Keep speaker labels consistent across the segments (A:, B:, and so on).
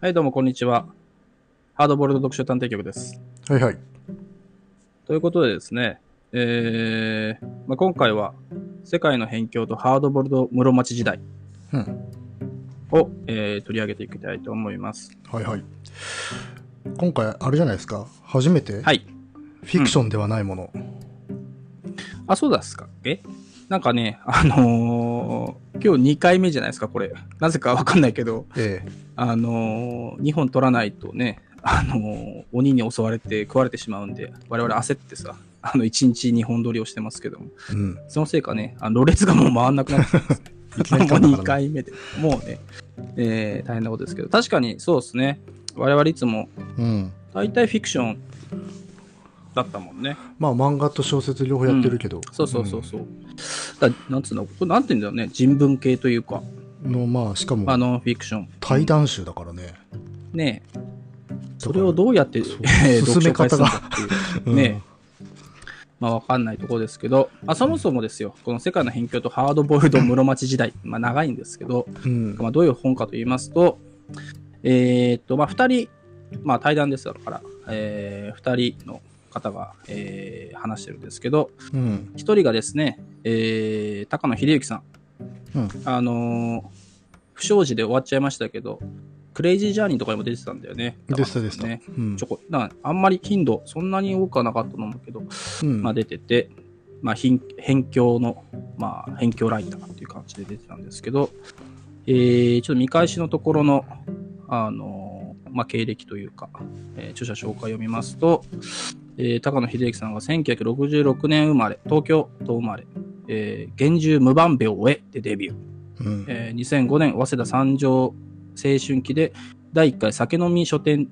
A: はい、どうも、こんにちは。ハードボールド読書探偵局です。
B: はいはい。
A: ということでですね、えーまあ、今回は、世界の辺境とハードボールド室町時代
B: うん。
A: を、えー取り上げていきたいと思います。
B: はいはい。今回、あれじゃないですか。初めて、
A: はい。
B: フィクションではないもの。
A: あ、そうだっすかえなんかね、あのー今日2回目じゃないですか、これ。なぜかわかんないけど、
B: ええ
A: あのー、2本取らないとね、あのー鬼に襲われて食われてしまうんで、我々焦ってさ、あの、1日2本撮りをしてますけども、
B: うん。
A: そのせいかね、あの、ろれつがもう回んなくなってます、ね。
B: いきなり
A: もう
B: 噛んだ
A: 2
B: からね
A: 回目で、もうね、えー大変なことですけど、確かにそうですね、我々いつも、
B: うん。
A: 大体フィクションだったもんね。
B: まあ、漫画と小説両方やってるけど。
A: そうそうそうそう。だなんつうの、これなんて言うんだろうね、人文系というか、
B: うんの、まあ、しかも
A: あ、の、フィクション。
B: 対談集だからね。
A: ねえそれをどうやって、
B: そう
A: えー
B: 進め方が
A: 読書会するかっていうねえ、まあわかんないところですけど、まあ、そもそもですよ、この世界の辺境とハードボイルド室町時代、まあ長いんですけど、
B: うん。
A: まあ、どういう本かと言いますと、えーっと、まあ、2人、まあ、対談ですから、え2人の方が、えー話してるんですけど、
B: うん。
A: 1人がですね、えー高野秀幸さん。
B: うん
A: あのー不祥事で終わっちゃいましたけど、クレイジージャーニーとかにも出てたんだよね。
B: でしたでした。
A: ね
B: うん
A: ちょ。こなあんまり頻度、そんなに多くはなかったと思うんだけど、
B: うん
A: まあ、出てて、まあ、偏偏境の、まあ、偏境ライターっていう感じで出てたんですけど、えーちょっと見返しのところの、あのーまあ、経歴というか、えー著者紹介を読みますと、えー高野秀樹さんが1966年生まれ、東京と生まれ、えー厳重無番病へでデビュー。
B: うん
A: えー2005年、早稲田三条青春期で第1回酒飲み書店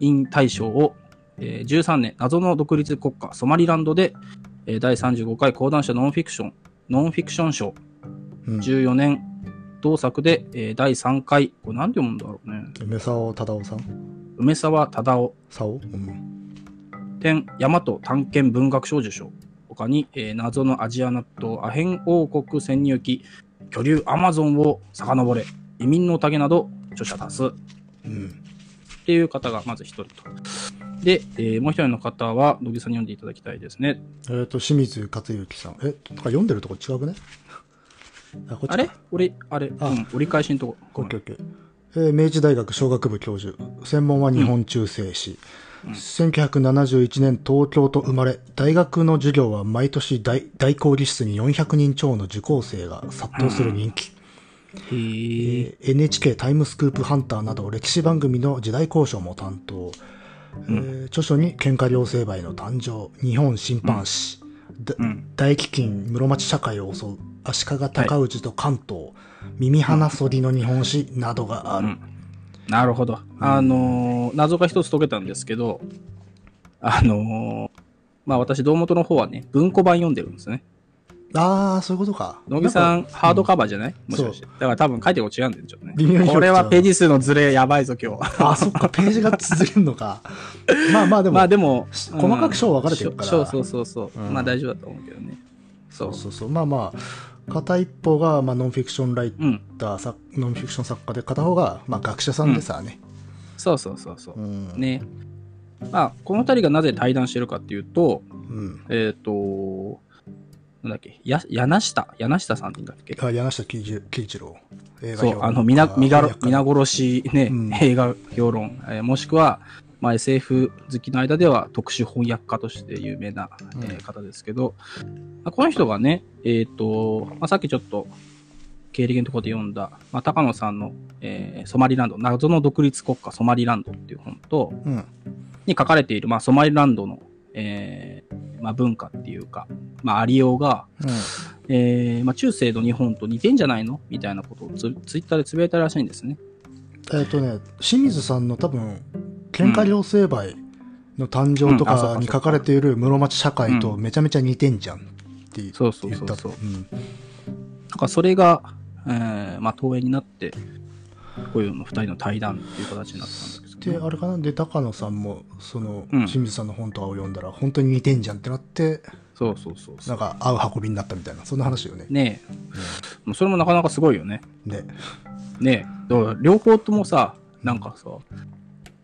A: 員大賞を、えー13年、謎の独立国家ソマリランドで、えー第35回講談社ノンフィクション、ノンフィクション賞、
B: うん
A: 14年、同作で、えー第3回、これ何て読むんだろうね、
B: 梅沢忠夫さん
A: 梅沢忠夫、
B: さおうん。
A: 天大和探検文学賞受賞他に、えー謎のアジア納豆アヘン王国潜入記巨竜アマゾンを遡れ移民の竹など著者多数っ
B: うん。
A: ていう方がまず一人とで、えーもう一人の方は野木さんに読んでいただきたいですね
B: えっ、と、清水克之さん。え、なんか読んでるとこ違くね あ、こっちか
A: あれ俺あれ
B: あ
A: うん、折り返しのとこご
B: オッ
A: め
B: ケ
A: ん
B: ーオッケーえー明治大学商学部教授専門は日本中世史、1971年東京と生まれ大学の授業は毎年大大講義室に400人超の受講生が殺到する人気、
A: へえ
B: えー NHK タイムスクープハンターなど歴史番組の時代考証も担当、えー著書に喧嘩両成敗の誕生日本審判史、だ
A: うん
B: 大飢饉室町社会を襲う足利尊氏と関東、耳鼻そりの日本史などがある、
A: うんなるほどあのー謎が一つ解けたんですけどあのーまあ私堂本の方はね文庫版読んでるんですね
B: ああ、そういうことか。
A: 野木さ
B: なん
A: ん、
B: か
A: ハードカバーじゃないもしかして。だから多分書いてること違うんだよね、ちょっとね。
B: 微妙に
A: これはページ数のズレやばいぞ、今日。
B: あ、そっか、ページが続ける のか。まあまあでも、
A: まあでも、
B: し
A: うん
B: 細かく章分かれてるから
A: そうそうそうそう。
B: うん
A: まあ大丈夫だと思うけどね。そ
B: そうう。そうそう、まあまあ、片一方が、まあ、ノンフィクションライ
A: うん。
B: ター、さノンフィクション作家で、片方が、まあ、学者さんでさ、ね。
A: そうそうそうそうう。
B: ん。
A: ね。まあ、この二人がなぜ対談してるかっていうと、
B: うん。
A: えっ、と、なんだっけ、や、柳下、柳下さんって言うんだっけ。
B: あ柳下喜一喜一郎。映画
A: そ
B: 評
A: う、
B: 論
A: あの、皆、
B: 家
A: 皆
B: 翻訳家
A: 皆殺し、ね、
B: うん
A: 映画評論、えーもしくは、まあ、SF 好きの間では特殊翻訳家として有名な、えー
B: うん
A: 方ですけど、まあこの人がね、えっ、と、まあ、さっきちょっと経歴のところで読んだ、まあ、高野さんの、えーソマリランド、謎の独立国家ソマリランドっていう本と、
B: うん。
A: に書かれている、まあ、ソマリランドの、えーまあ、文化っていうか、まあ、ありようが、えーまあ、中世の日本と似てんじゃないのみたいなことをツツイッターでつぶやいたらしいんですね。
B: うん。えっ、とね、清水さんの多分、喧嘩両成敗の誕生と
A: うんあそうかそ
B: か
A: う
B: に
A: か
B: 書かれている室町社会とめちゃめちゃ似てんじゃんって言った
A: そうそうそうそう。
B: ん
A: なんかそれが、えーまあ、投影になって、こういうの二人の対談っていう形になったんですけ
B: で
A: ど、ね。
B: あれかなで高野さんもその
A: うん
B: 清水さんの本とかを読んだら本当に似てんじゃんってなって
A: そうそうそうそ
B: なんか合う運びになったみたいなそんな話よね
A: う。ねえ。もうそれもなかなかすごいよね。
B: ね
A: ねえ。だから両方ともさ、なんかさ、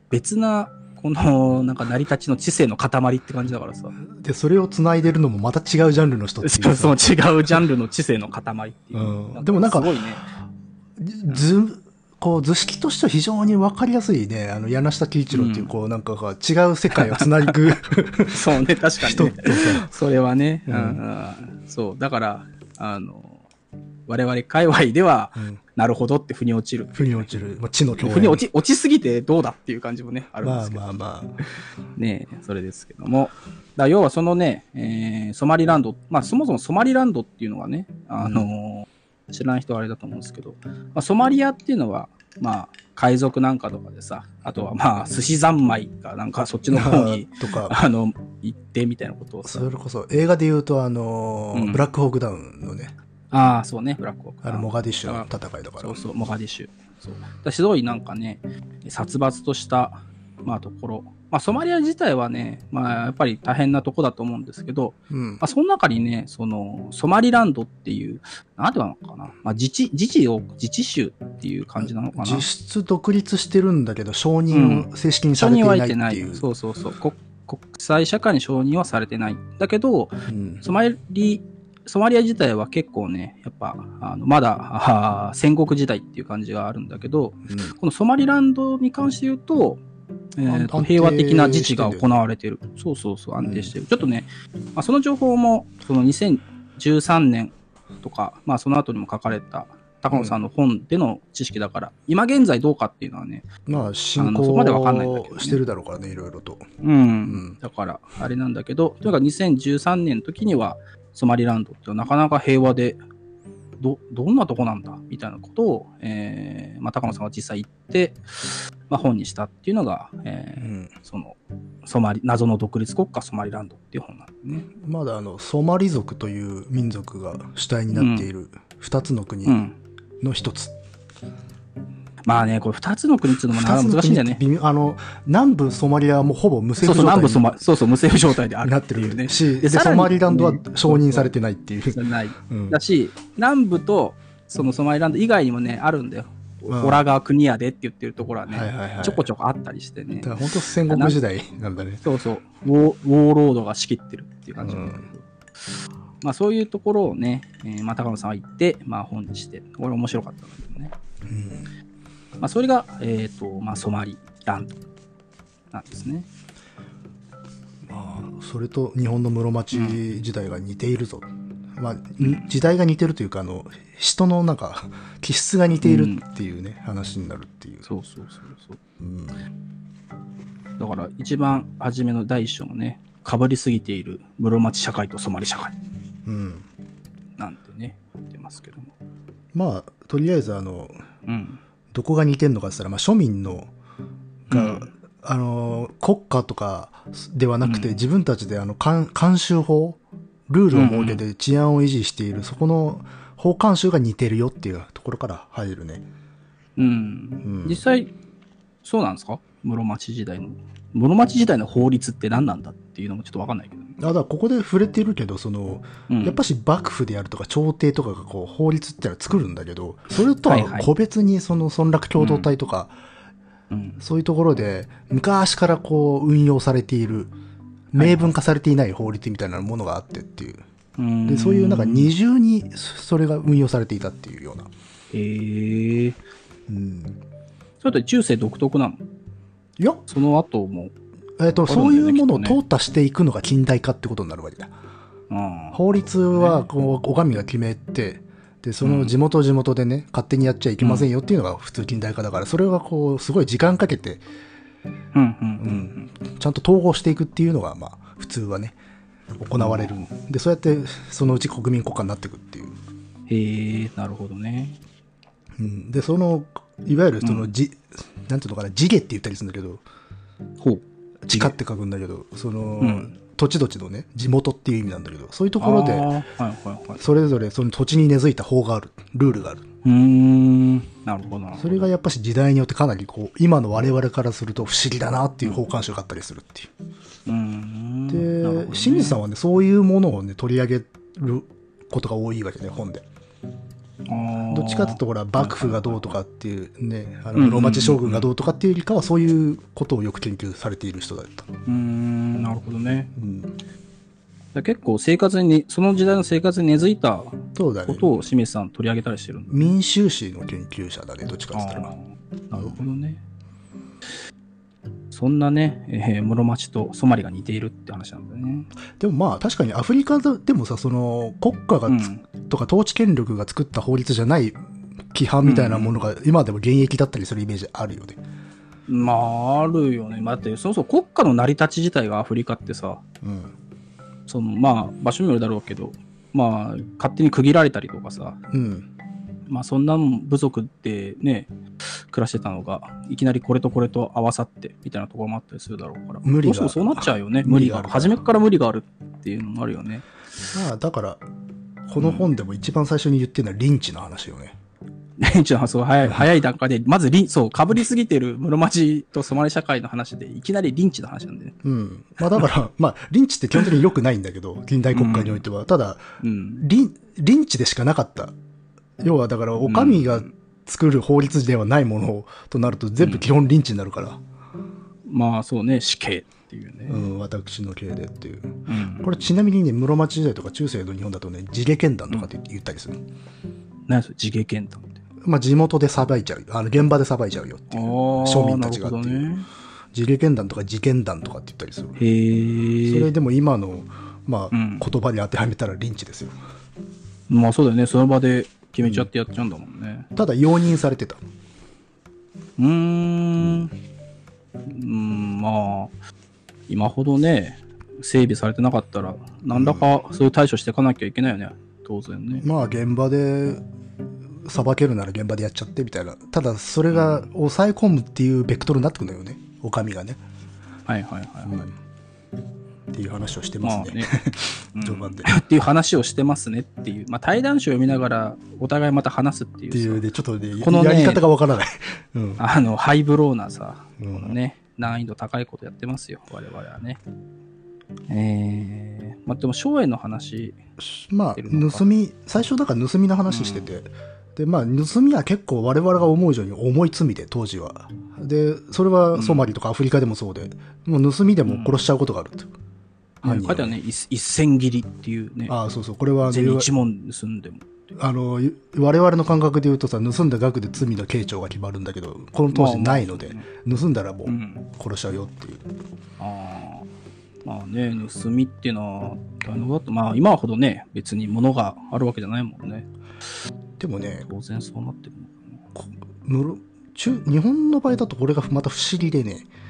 A: 別な、この、なんか成り立ちの知性の塊って感じだからさ、
B: で、それを繋いでるのもまた違うジャンルの人ってい
A: そううそ
B: さ
A: う、違うジャンルの知性の塊っていう。
B: うんでもなんか
A: すごいね。
B: 図、こう、図式としては非常にわかりやすいね、あの、柳下喜一郎っていう、
A: うん
B: こう、なんかが違う世界を繋 ぐ
A: そうね、確かに
B: 人
A: ね
B: っ。てさ、
A: それはね、
B: う
A: うんんうんそう、だから、あの、我々界隈では、
B: うん、
A: なるほどって腑に落ちる。
B: 腑に落ちる、まあ、地の共
A: 腑に落ち、落ちすぎてどうだっていう感じもね、あるんで
B: ますあ
A: けど。
B: まあまあ。
A: ねえそれですけども。だ要はそのね、えーソマリランド、まあそもそもソマリランドっていうのはね、あのー知らない人はあれだと思うんですけど、まあ、ソマリアっていうのは、まあ、海賊なんかとかでさ、あとはまあ、寿司三昧がなんかそっちの方 に、
B: とか、
A: あの、行ってみたいなことをさ
B: そ、れこそ映画で言うと、あのー
A: うん
B: ブラックホークダウンのね、
A: ああ、そうね、ブラックホーク。
B: あの、モガディッシュの戦いだから。
A: そうそう、モガディッシュ。そう。だからすごいなんかね、殺伐とした、まあ、ところ。まあ、ソマリア自体はね、まあ、やっぱり大変なとこだと思うんですけど、
B: うん
A: まあ、その中にね、その、ソマリランドっていう、なんていうのかな、まあ、自治、自治を、自治州っていう感じなのかな。
B: 実質独立してるんだけど、承認を正式に
A: 承
B: されてい
A: 認は
B: ない
A: い
B: ってて
A: ない
B: いう。うん、
A: そうそうそう。国国際社会に承認はされてない。だけど、ソマリ、ソマリア自体は結構ね、やっぱ、あのまだあー戦国時代っていう感じがあるんだけど、
B: うん
A: このソマリランドに関して言うと、えーと
B: 安定
A: 平和的な自治が行われている。そうそうそう、安定してる。ちょっとね、まあ、その情報も、その2013年とか、まあその後にも書かれた高野さんの本での知識だから、今現在どうかっていうのはね、
B: まあ、進
A: そこまでわかんないんだけど
B: 行
A: ね
B: してるだろうからね、いろいろと。
A: うん、
B: ん
A: だからあれなんだけど、とにかく2013年の時には、ソマリランドってなかなか平和で、ど、どんなとこなんだみたいなことを、えーまあ高野さんが実際行って、まあ本にしたっていうのが、えー
B: うん
A: そのソマリ謎の独立国家ソマリランドっていう本なんだよね。
B: まだあの、ソマリ族という民族が主体になっている二つの国
A: うん。
B: の一つ。
A: まあね、これ二つの国っていうのもな
B: 二つの
A: 難しいん
B: 国
A: だよ
B: って
A: ね。
B: 微妙、あの、南部ソマリアはもうほぼ無
A: そ
B: 政
A: うそう、
B: 府状態
A: 南部ソ
B: に
A: マ、そうそう、無政府状態である
B: なっ
A: って
B: て
A: いうね
B: る。し、で、
A: さら
B: ソ
A: に
B: マリランドは
A: ね
B: 承認されてないっていう。
A: じゃない。
B: うん
A: だし、南部とそのソマリランド以外にもね、あるんだよ。
B: うん
A: オラ川国やでって言ってるところはね、
B: はいはいはい
A: ちょこちょこあったりしてね
B: だか。ら本当戦国時代なんだね。
A: そうそう、ウォーウォーロードが仕切ってるっていう感じなんだけど。まあそういうところをね、えーまあ、高野さんは行って、まあ本にして、これ面白かったんだけどね。
B: うん
A: まあ、それが、えーとまあ、ソマリランドなんですね。
B: まあ、それと日本の室町時代が似ているぞ。まあ、時代が似てるというか、あの、人のなんか、気質が似ているっていうね、話になるっていう。
A: そうそうそうそう。
B: うん
A: だから一番初めの第一章もね、かぶりすぎている室町社会とソマリ社会
B: うん
A: なんてね、言ってますけども。
B: まあ、とりあえず、あの、
A: うん。
B: どこが似てんのかって言ったら、まあ、庶民の、が、
A: うん
B: あの、国家とかではなくて、
A: うん
B: 自分たちで、あの、監監修法、ルールを設けて治安を維持している、そこの法監修が似てるよっていうところから入るね。
A: うん。
B: うん
A: 実際、そうなんですか室町時代の。室町時代の法律って何なんだっていうのもちょっとわかんないけど、ね
B: あだからここで触れてるけどその、
A: うん、
B: やっぱし幕府であるとか朝廷とかがこう法律ってのは作るんだけどそれと
A: はいは
B: はい個別にその村落共同体とか、
A: うん、
B: そういうところで昔からこう運用されている明文化されていない法律みたいなものがあってっていう
A: うん。
B: でそういうなんか二重にそそれが運用されていたっていうような、
A: えー。
B: うん、
A: それって中世独特なの
B: いや、
A: その後も。
B: えっと
A: あるんだ
B: そ
A: よ
B: う
A: ね
B: いうものを
A: きっとね
B: 淘汰していくのが近代化ってことになるわけだ
A: うん。
B: 法律はこう、お上が決めて、で、その地元地元でね、勝手にやっちゃいけませんよっていうのが普通近代化だから、それがこう、すごい時間かけて、
A: うんうん
B: う
A: うん
B: ん、ちゃんと統合していくっていうのが、まあ、普通はね、行われる。で、そうやって、そのうち国民国家になっていくっていう。
A: へえ、なるほどね。
B: うん、で、その、いわゆるその、じ、なんていうのかな、地下って言ったりするんだけど、
A: ほう。
B: 地下って書くんだけど、その、
A: うん
B: 土地土地のね、地元っていう意味なんだけど、そういうところ
A: あー
B: で、
A: はいはいはい。
B: それぞれその土地に根付いた法がある、ルールがある。
A: うーん。なるほどなるほ
B: そ
A: ど。
B: れがやっぱし時代によってかなりこう、今の我々からすると不思議だなっていう法監修があったりするっていう
A: ーん。なるほ
B: う。で、
A: どね
B: 清水さんはね、そういうものをね、取り上げることが多いわけね、本で。どっちかっていうと、ほら、幕府がどうとかっていうね、あの、
A: うん
B: ローマ字将軍がどうとかっていうよりかは、そういうことをよく研究されている人だった。
A: うーんなるほどね
B: うん。
A: だ結構生活にその時代の生活に根付いた
B: そうだ
A: こ
B: ね。
A: とを清水さん取り上げたりしてるんだ
B: 民衆史の研究者だね、どっちかって言った
A: あ
B: ら。
A: ーなるほどね。そんなね、えー室町とソマリが似ているって話なんだね。
B: でもまあ、確かにアフリカでもさ、その、国家が
A: うん
B: つ、とか統治権力が作った法律じゃない規範みたいなものが、今でも現役だったりするイメージあるよね。
A: まあ、あるよね。まあだって、そもそも国家の成り立ち自体がアフリカってさ、
B: うん。
A: その、まあ、場所によるだろうけど、まあ、勝手に区切られたりとかさ、
B: うん。
A: まあ、そんなもん部族でね、暮らしてたのが、いきなりこれとこれと合わさって、みたいなところもあったりするだろうから。
B: 無理
A: ど
B: が
A: うしてもそうなっちゃうよね。無
B: 無
A: 理
B: 理があ
A: が。
B: る
A: 初めから無理があるっていうのもあるよね。
B: まあ、だから、この本でも一番最初に言ってるのはリンチの話よね。
A: レンチの発想が早い早い段階で、まずリン、そう、かぶりすぎてる室町とソマリ社会の話で、いきなりリンチの話なんでね。
B: うん。まあだから、 まあ、リンチって基本的に良くないんだけど、近代国家においては。ただ、
A: うん。
B: リン、リンチでしかなかった。要はだから、お上が作る法律ではないものとなると、全部基本リンチになるから。
A: まあそうね、死刑っていう
B: う
A: ね。
B: ん、私の系でっていう。
A: うん。
B: これちなみにね、室町時代とか中世の日本だとね、地下剣団とかって言ったりする。
A: 何それ、地下剣だって。
B: まあ、地元でさばいちゃう。あの、現場でさばいちゃうよって
A: ああ
B: いう。庶民
A: な
B: た
A: る
B: ちが
A: ほ
B: ってい
A: ど
B: う
A: ね。
B: 地下剣団とか事件団とかって言ったりする。
A: へ
B: それ
A: え。
B: でも今の、ま
A: う
B: あ、
A: ん
B: 言葉に当てはめたらリンチですよ。
A: まあそうだよね、その場で決めちゃってやっちゃうんだもんね。
B: ただ、容認されてた。
A: うーん。うん、まあ、今ほどね、整備されてなかったら、何らかそういう対処していかなきゃいけないよね。当然ね。
B: まあ現場でさばけるなら現場でやっちゃってみたいなただそれが抑え込むっていうベクトルになってくるのよねおかみがね、
A: はいはいはいはい。
B: っていう話をしてますね,、序盤で、っ
A: っていう話をしてますねっていう、まあ、対談集を読みながらお互いまた話すっていう
B: てい
A: さ
B: うでちょっとね
A: このね
B: やり方がわからない、うん、
A: あのハイブローなさ、
B: うん
A: このね、難易度高いことやってますよ我々はね。えー、まあでも荘園の話、
B: まあ
A: てるのか
B: 盗み最初だから盗みの話してて、でまあ、盗みは結構我々が思う以上に重い罪で当時はでそれはソマリとかアフリカでもそうで、もう盗みでも殺しちゃうことがあると、
A: 書
B: 犯
A: い
B: 人
A: てあ
B: は
A: るね一一銭切りっていうね
B: ああそうそうこれはあの
A: 全一問盗んでも
B: あのゆ我々の感覚で言うとさ盗んだ額で罪の刑懲が決まるんだけどこの当時ないので、
A: まあま
B: 盗んだらもう
A: うん
B: 殺しちゃうよっていう、
A: あーまあね盗みっていうのはあのだとまあ今ほどね別に物があるわけじゃないもんね
B: でもね
A: 当然そうなってるのか
B: こ室中日本の場合だとこれがまた不思議でね、
A: うん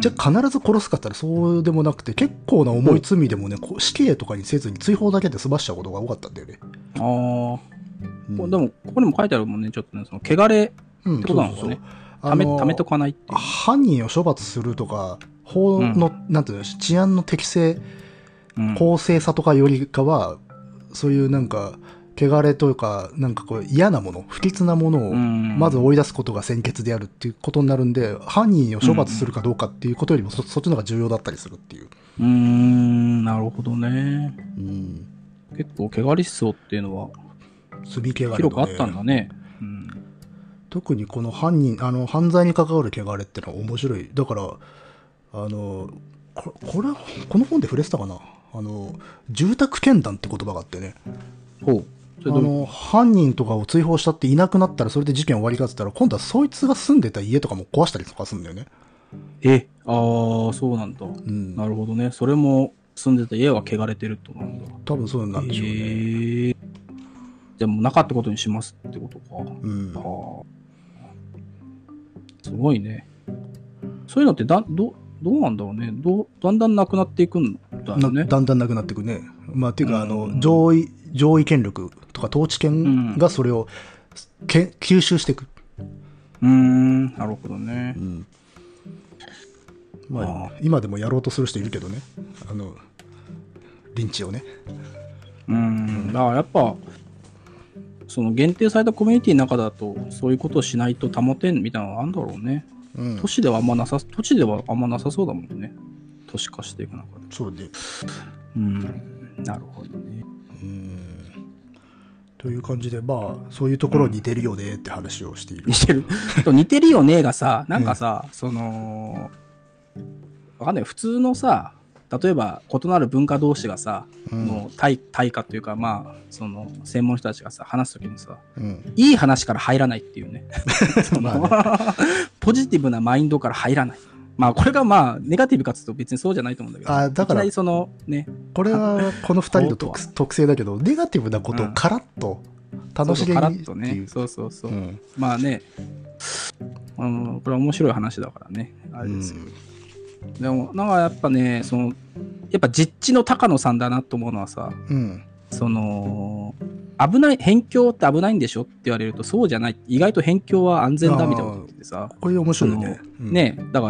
B: じゃあ必ず殺すかって言ったらそうでもなくて結構な重い罪でもね、こう死刑とかにせずに追放だけで済ましちゃうことが多かったんだよね、
A: なああ
B: うん
A: こでも、ここにも書いてあるもんね、ちょっとね、その、汚れ、
B: うん
A: ってことなのかねため、ためとかないっていう。
B: 犯人を処罰するとか法の、なんていうの治安の適正
A: うん
B: 公正さとかよりかは、そういうなんか、汚れというか、なんかこう嫌なもの、不潔なものを、
A: うん
B: まず追い出すことが先決であるっていうことになるんで、犯人を処罰するかどうかっていうことよりもそ、そっちの方が重要だったりするっていう。
A: うーん、なるほどね。
B: うん。
A: 結構、汚れ思想っていうのは、
B: 罪汚れ、ね。
A: 広くあったんだね。うん。
B: 特にこの犯人、あの、犯罪に関わる汚れってのは面白い。だから、あの、ここれ、この本で触れてたかなあの、住宅剣団って言葉があってね。
A: ほう。そ
B: あ
A: れどう
B: の犯人とかを追放したっていなくなったらそれで事件終わりかって言ったら今度はそいつが住んでた家とかも壊したりとかするんだよね。
A: え、ああ、そうなんだ。
B: うん、
A: なるほどね。それも、住んでた家は汚れてるってことなんだ。
B: 多分そうなんでしょうね。
A: へえ。じゃあもうなかったことにしますってことか。
B: うん、
A: はあ。すごいね。そういうのってだど、どうなんだろうね。どうだんだんなくなっていくんだよ
B: な
A: ね。
B: だんだんなくなっていくね。まあ、っていうか、あ
A: う
B: の
A: ん
B: 上位上位権力とか統治権がそれをけ、吸収していく。
A: うーん、なるほどね。
B: まあ
A: あ
B: 今でもやろうとする人いるけどね。あのリンチをね。
A: うん、だからやっぱ、その限定されたコミュニティの中だと、そういうことをしないと保てんみたいなのがあるんだろうね。
B: うん
A: 都、市ではあんまなさ、都市ではあんまなさそうだもんね。都市化していく中で。
B: そうで。
A: うん、なるほどね。
B: うんという感じで、まあ、そういうところに出るよねって話をしている
A: 似。 てる。と似てるよねがさ、なんかさ、その、わかんない。普通のさ、例えば異なる文化同士がさ、
B: うん
A: の対対価というか、まあ、その、専門の人たちがさ、話すときにさ、
B: うん。
A: いい話から入らないっていう ね。そのポジティブなマインドから入らない。まあ、これがまあ、ネガティブかつうと別にそうじゃないと思うんだけど、
B: あだから
A: いきなりその、ね、
B: これは、この二人の
A: こ
B: 特特性だけど、ネガティブなことをカラッと、楽し
A: そうそ
B: げ
A: うカラ
B: に
A: ッ
B: って
A: と
B: い
A: ね
B: う。。
A: そうそうそう。
B: うん
A: まあね、うん、これは面白い話だからね、あれですよ。でも、なんかやっぱね、その、やっぱ実地の高野さんだなと思うのはさ、
B: うん。
A: その、危ない、辺境って危ないんでしょって言われると、そうじゃない。意外と辺境は安全だみたいなこと言ってさ、
B: これ面白いね。うん
A: ね、だか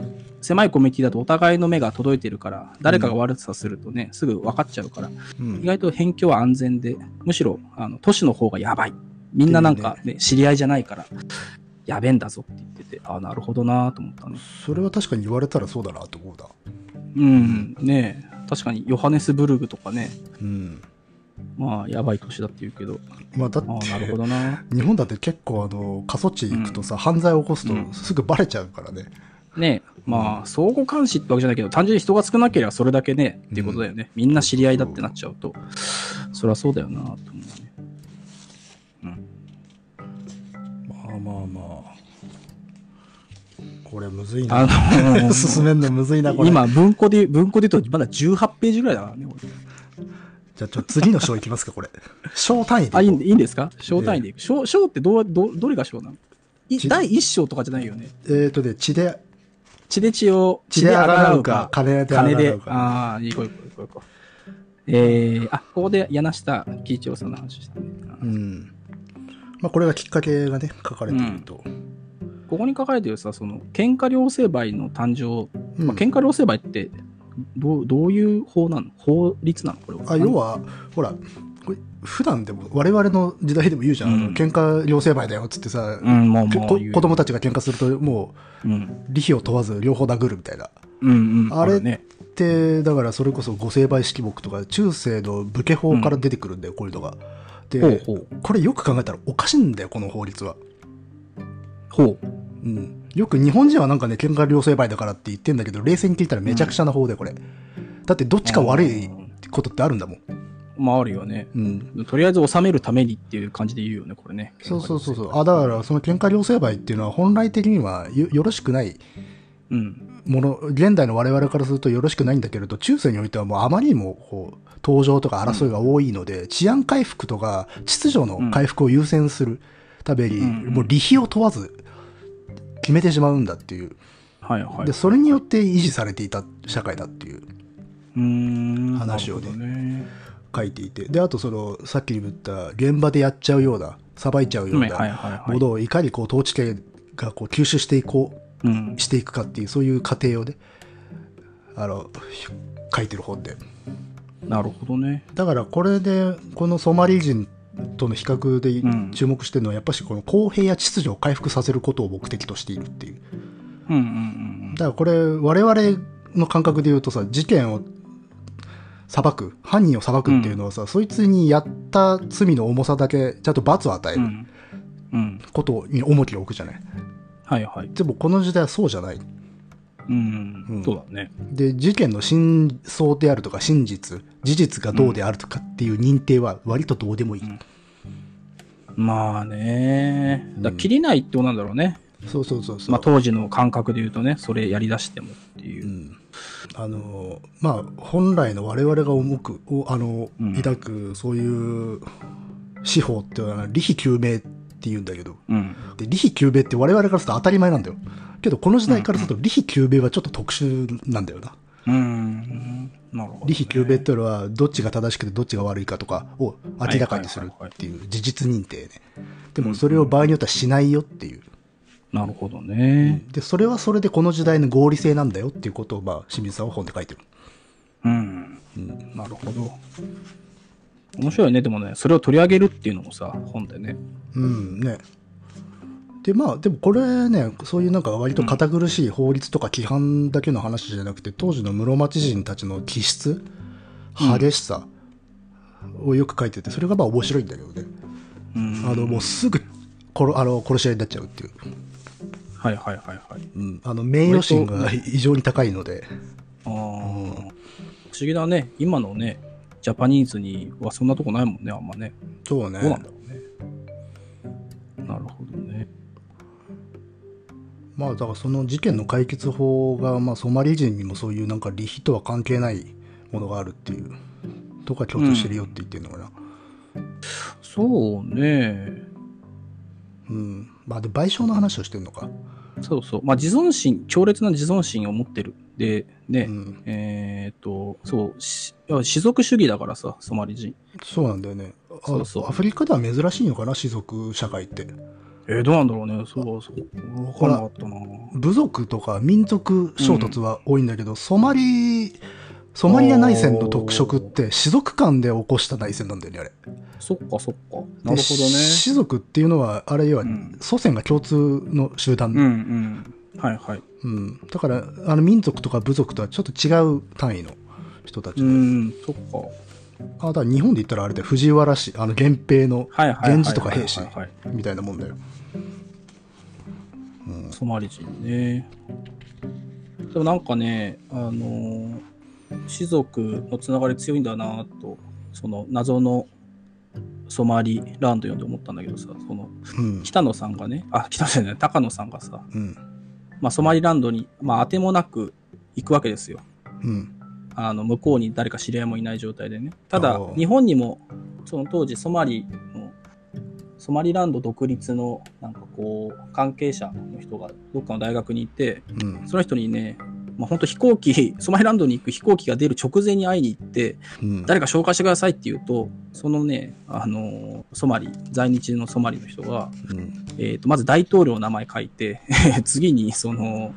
A: ら、狭いコミュニティだとお互いの目が届いてるから、誰かが悪さするとね、すぐ分かっちゃうから、
B: うん
A: 意外と辺境は安全で、むしろ、あの、都市の方がやばい。みんななんかね、知り合いじゃないから、やべえんだぞって言ってて、ああ、なるほどなーと思ったね。
B: それは確かに言われたらそうだなと思うな。
A: うん、ねえ確かにヨハネスブルグとかね、
B: うん。
A: まあ、やばい都市だって言うけど、
B: まあ、だって
A: ああ、なるほどな。
B: 日本だって結構あの過疎地行くとさ、犯罪を起こす
A: うん
B: とすぐバレちゃうからね、
A: ねえまあ、相互監視ってわけじゃないけど、単純に人が少なければそれだけね、っていうことだよね。みんな知り合いだってなっちゃうと、そりゃそうだよな、と思うね。
B: まあまあまあこれむずいな
A: あの
B: 進めんのむずいなこれ
A: 今、文庫で、文庫で言うと、まだ18ページぐらいだからね、これ
B: じゃあちょっと次の章いきますかこれ 章単位で
A: あ、いい
B: いこ
A: んいいんですか小単位でいく。小、小ってどう、ど、どれが小なのい
B: ち
A: 第1章とかじゃないよね。
B: うえっ、ー、とね血で
A: 血で血を、
B: 血であがらうか
A: 血であがらうか
B: 金
A: 金
B: で
A: で
B: あがらう。か
A: ああ、いいこいこいこいこい。えー、あ、ここで柳下喜一郎さんの話したね。
B: うんまあこれがきっかけがね書かれていると、
A: ここに書かれてるさ、その、喧嘩両成敗の誕生。
B: うん
A: まあ、喧嘩両成敗って、どう、どういう法なの法律なのこれは。
B: あ要はほらこれ普段でも我々の時代でも言うじゃん、あの
A: うん
B: 喧嘩両成敗だよっつってさ、
A: うん、もう、
B: け
A: も
B: こ
A: う言う、
B: 子供たちが喧嘩するともう
A: うん。
B: 利費を問わず両方殴るみたいな
A: うんうん。
B: あれ
A: そうだね。
B: ってだからそれこそ御成敗式目とか中世の武家法から出てくるんだよ、こういうのが。で
A: ほうほう。
B: これよく考えたらおかしいんだよこの法律は、
A: ほう。
B: うん、よく日本人はなんかね喧嘩両成敗だからって言ってんだけど冷静に聞いたらめちゃくちゃな法でこれ、だってどっちか悪いことってあるんだもん、
A: まあ、あるよね。
B: うん、
A: とりあえず収めるためにっていう感じで言うよね、これね。
B: そうそうそうそうあだからその喧嘩両成敗っていうのは本来的にはよよろしくない
A: うん。
B: もの現代の我々からするとよろしくないんだけれど中世においてはもうあまりにもこう登場とか争いが多いので、治安回復とか秩序の回復を優先するために、
A: うん
B: もう利費を問わず決めてしまうんだっていう、
A: はいはい。
B: でそれによって維持されていた社会だっていう
A: うーん。
B: 話をね
A: なるほどね。
B: 書いていてであとそのさっき言った現場でやっちゃうようなさばいちゃうよう
A: はいはい
B: な
A: はい
B: も
A: はい。
B: のをいかにこう統治権がこう吸収していこう
A: うん。
B: していくかっていうそういう過程をねあの書いてる本で。
A: なるほどね。
B: だからこれでこのソマリ人との比較
A: うん
B: で注目してるのはやっぱしこの公平や秩序を回復させることを目的としているっていう
A: うんうんうん
B: だからこれ我々の感覚で言うとさ事件を裁く犯人を裁くっていうのはさ、そいつにやった罪の重さだけちゃんと罰を与え
A: うん。う
B: る
A: ん。うん。
B: ことに重きを置くじゃない、
A: はいはい。
B: でもこの時代はそうじゃない
A: うん。
B: うん
A: そうだね。
B: で事件の真相であるとか真実事実がどうであるとかっていう認定は割とどうでもいい、
A: んまあね。だ
B: うん
A: 切りないってことなんだろうね。
B: そうそうそうそう、
A: まあ当時の感覚で言うとね、それやり出してもっていうう。
B: んあのまあ本来の我々が重くおあの、
A: うん
B: 抱くそういう司法っていうのは利費究明って言うんだけど
A: うん。
B: で利費究明って我々からすると当たり前なんだよけどこの時代からすると利費究明はちょっと特殊なんだよな、
A: うん。なるほどね。
B: 利費究明っていうのはどっちが正しくてどっちが悪いかとかを明らかにするっていう事実認定ねでもそれを場合によってはしないよっていう
A: なるほどね。
B: でそれはそれでこの時代の合理性なんだよっていうことをまあ清水さんは本で書いてる
A: うん。なるほど。面白いね。でもね、それを取り上げるっていうのもさ、本でね。
B: うんね。でまあ、でもこれね、そういうなんか割と堅苦しい法律とか規範だけの話じゃなくて、当時の室町人たちの気質、激しさ、をよく書いてて、それがまあ面白いんだけどね。
A: うん
B: あの、もうすぐ殺、あの、殺し合いになっちゃうっていう。
A: はいはいはいはい。
B: うん。あの、名誉心が異常に高いので。
A: ああ、不思議だね。今のね、ジャパニーズにはそんなとこないもんね、あんまね。
B: そう
A: どうな
B: ね
A: んだ。ろうね。なるほどね。
B: まあ、だからその事件の解決法が、まあ、ソマリ人にもそういうなんか、利比とは関係ないものがあるっていう、とか共通してるよって言ってるのかな。
A: そうね。
B: うん。まあ、で、賠償の話をしてるのか。
A: そうそう。まあ、自尊心、強烈な自尊心を持ってる。で、ね、
B: うん。
A: えーっと、そう、し士族主義だからさ、ソマリ人。
B: そうなんだよね。あ
A: そうそう
B: アフリカでは珍しいのかな、氏族社会って。
A: えーどうなんだろうね。そうそう。わからなかったな。
B: 部族とか民族衝突は多いんだけど、ソマリ、ソマリア内戦の特色って、氏族間で起こした内戦なんだよね、あれ。
A: そっかそっか。
B: で
A: なるほどね。
B: 氏族っていうのは、あれは
A: うん
B: 祖先が共通の集団。
A: うんうん。はいはい。
B: うんだから、あの民族とか部族とはちょっと違う単位の人たち。
A: うん、そっか。
B: あ、だから日本で言ったらあれだよ、藤原氏、あの源平の
A: はいはいはいはいはいはい。
B: 源氏とか平氏みたいなもんだよ。
A: ソマリ人ね。でもなんかね、あのー、士族のつながり強いんだなと、その謎のソマリランド読んで思ったんだけどさ、その
B: うん。
A: 北野さんがね、あ、北野さんじゃない、高野さんがさ、
B: うん。
A: まあ、ソマリランドに、まあ、当てもなく行くわけですよ。
B: うん。
A: あの向こうに誰か知り合いもいない状態でね。ただ
B: お、ー
A: 日本にも、その当時、ソマリの、ソマリランド独立の、なんかこう、関係者の人が、どっかの大学にいて、
B: うん。
A: その人にね、まあ、本当飛行機、ソマリランドに行く飛行機が出る直前に会いに行って、
B: うん。
A: 誰か紹介してくださいって言うと、そのね、あのーソマリ、在日のソマリの人が、
B: うん
A: えー、とまず大統領の名前書いて、 次にその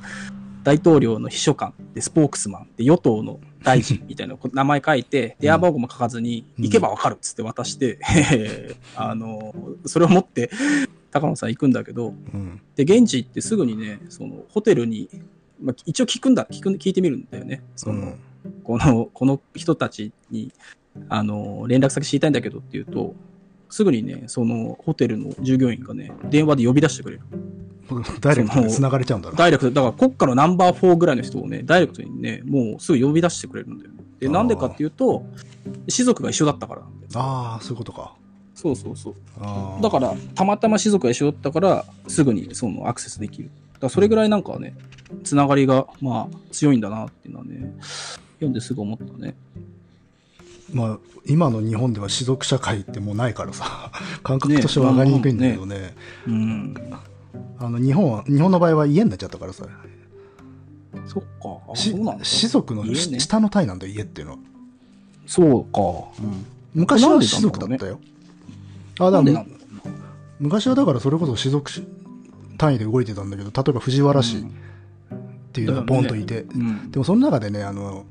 A: 大統領の秘書官でスポークスマンで与党の大臣みたいなこ名前書いて、電話番号も書かずに、
B: うん
A: 行けばわかるっつって渡して、 あのそれを持って高野さん行くんだけど、
B: うん。
A: で現地行ってすぐにね、そのホテルに、まあ、一応聞くんだ聞く、聞いてみるんだよね。そのこのこの人たちにあの連絡先知りたいんだけどって言うと、すぐにね、そのホテルの従業員がね、電話で呼び出してくれる。
B: ダイレクトに繋がれちゃうんだろ
A: ダイレクト、だから国家のナンバー4ぐらいの人をね、ダイレクトにね、もうすぐ呼び出してくれるんだよね。で、
B: あー
A: なんでかっていうと、士族が一緒だったからなんだよ。
B: ああ、そういうことか。
A: そうそうそう。
B: あー
A: だから、たまたま士族が一緒だったから、すぐにそのアクセスできる。だからそれぐらいなんかね、つながりが、まあ、強いんだなっていうのはね、読んですぐ思ったね。
B: まあ、今の日本では士族社会ってもうないからさ、感覚としては上がりにくいんだけどね。
A: うん。
B: あの日本は、日本の場合は家になっちゃったからさ、
A: そっか。あ
B: し
A: そうなんだ。
B: 士族の
A: 家
B: し
A: ね
B: 下の単位なんだよ、家っていうのは。
A: そうか。
B: 昔
A: なん
B: は
A: でな
B: 士
A: んだろうね
B: 族だったよ。あ
A: な
B: だ
A: ん
B: か
A: で
B: ら
A: なんだろうな
B: 昔はだからそれこそ士族単位で動いてたんだけど、例えば藤原氏っていうのがボンといて、
A: うん
B: でもその中でね、あの、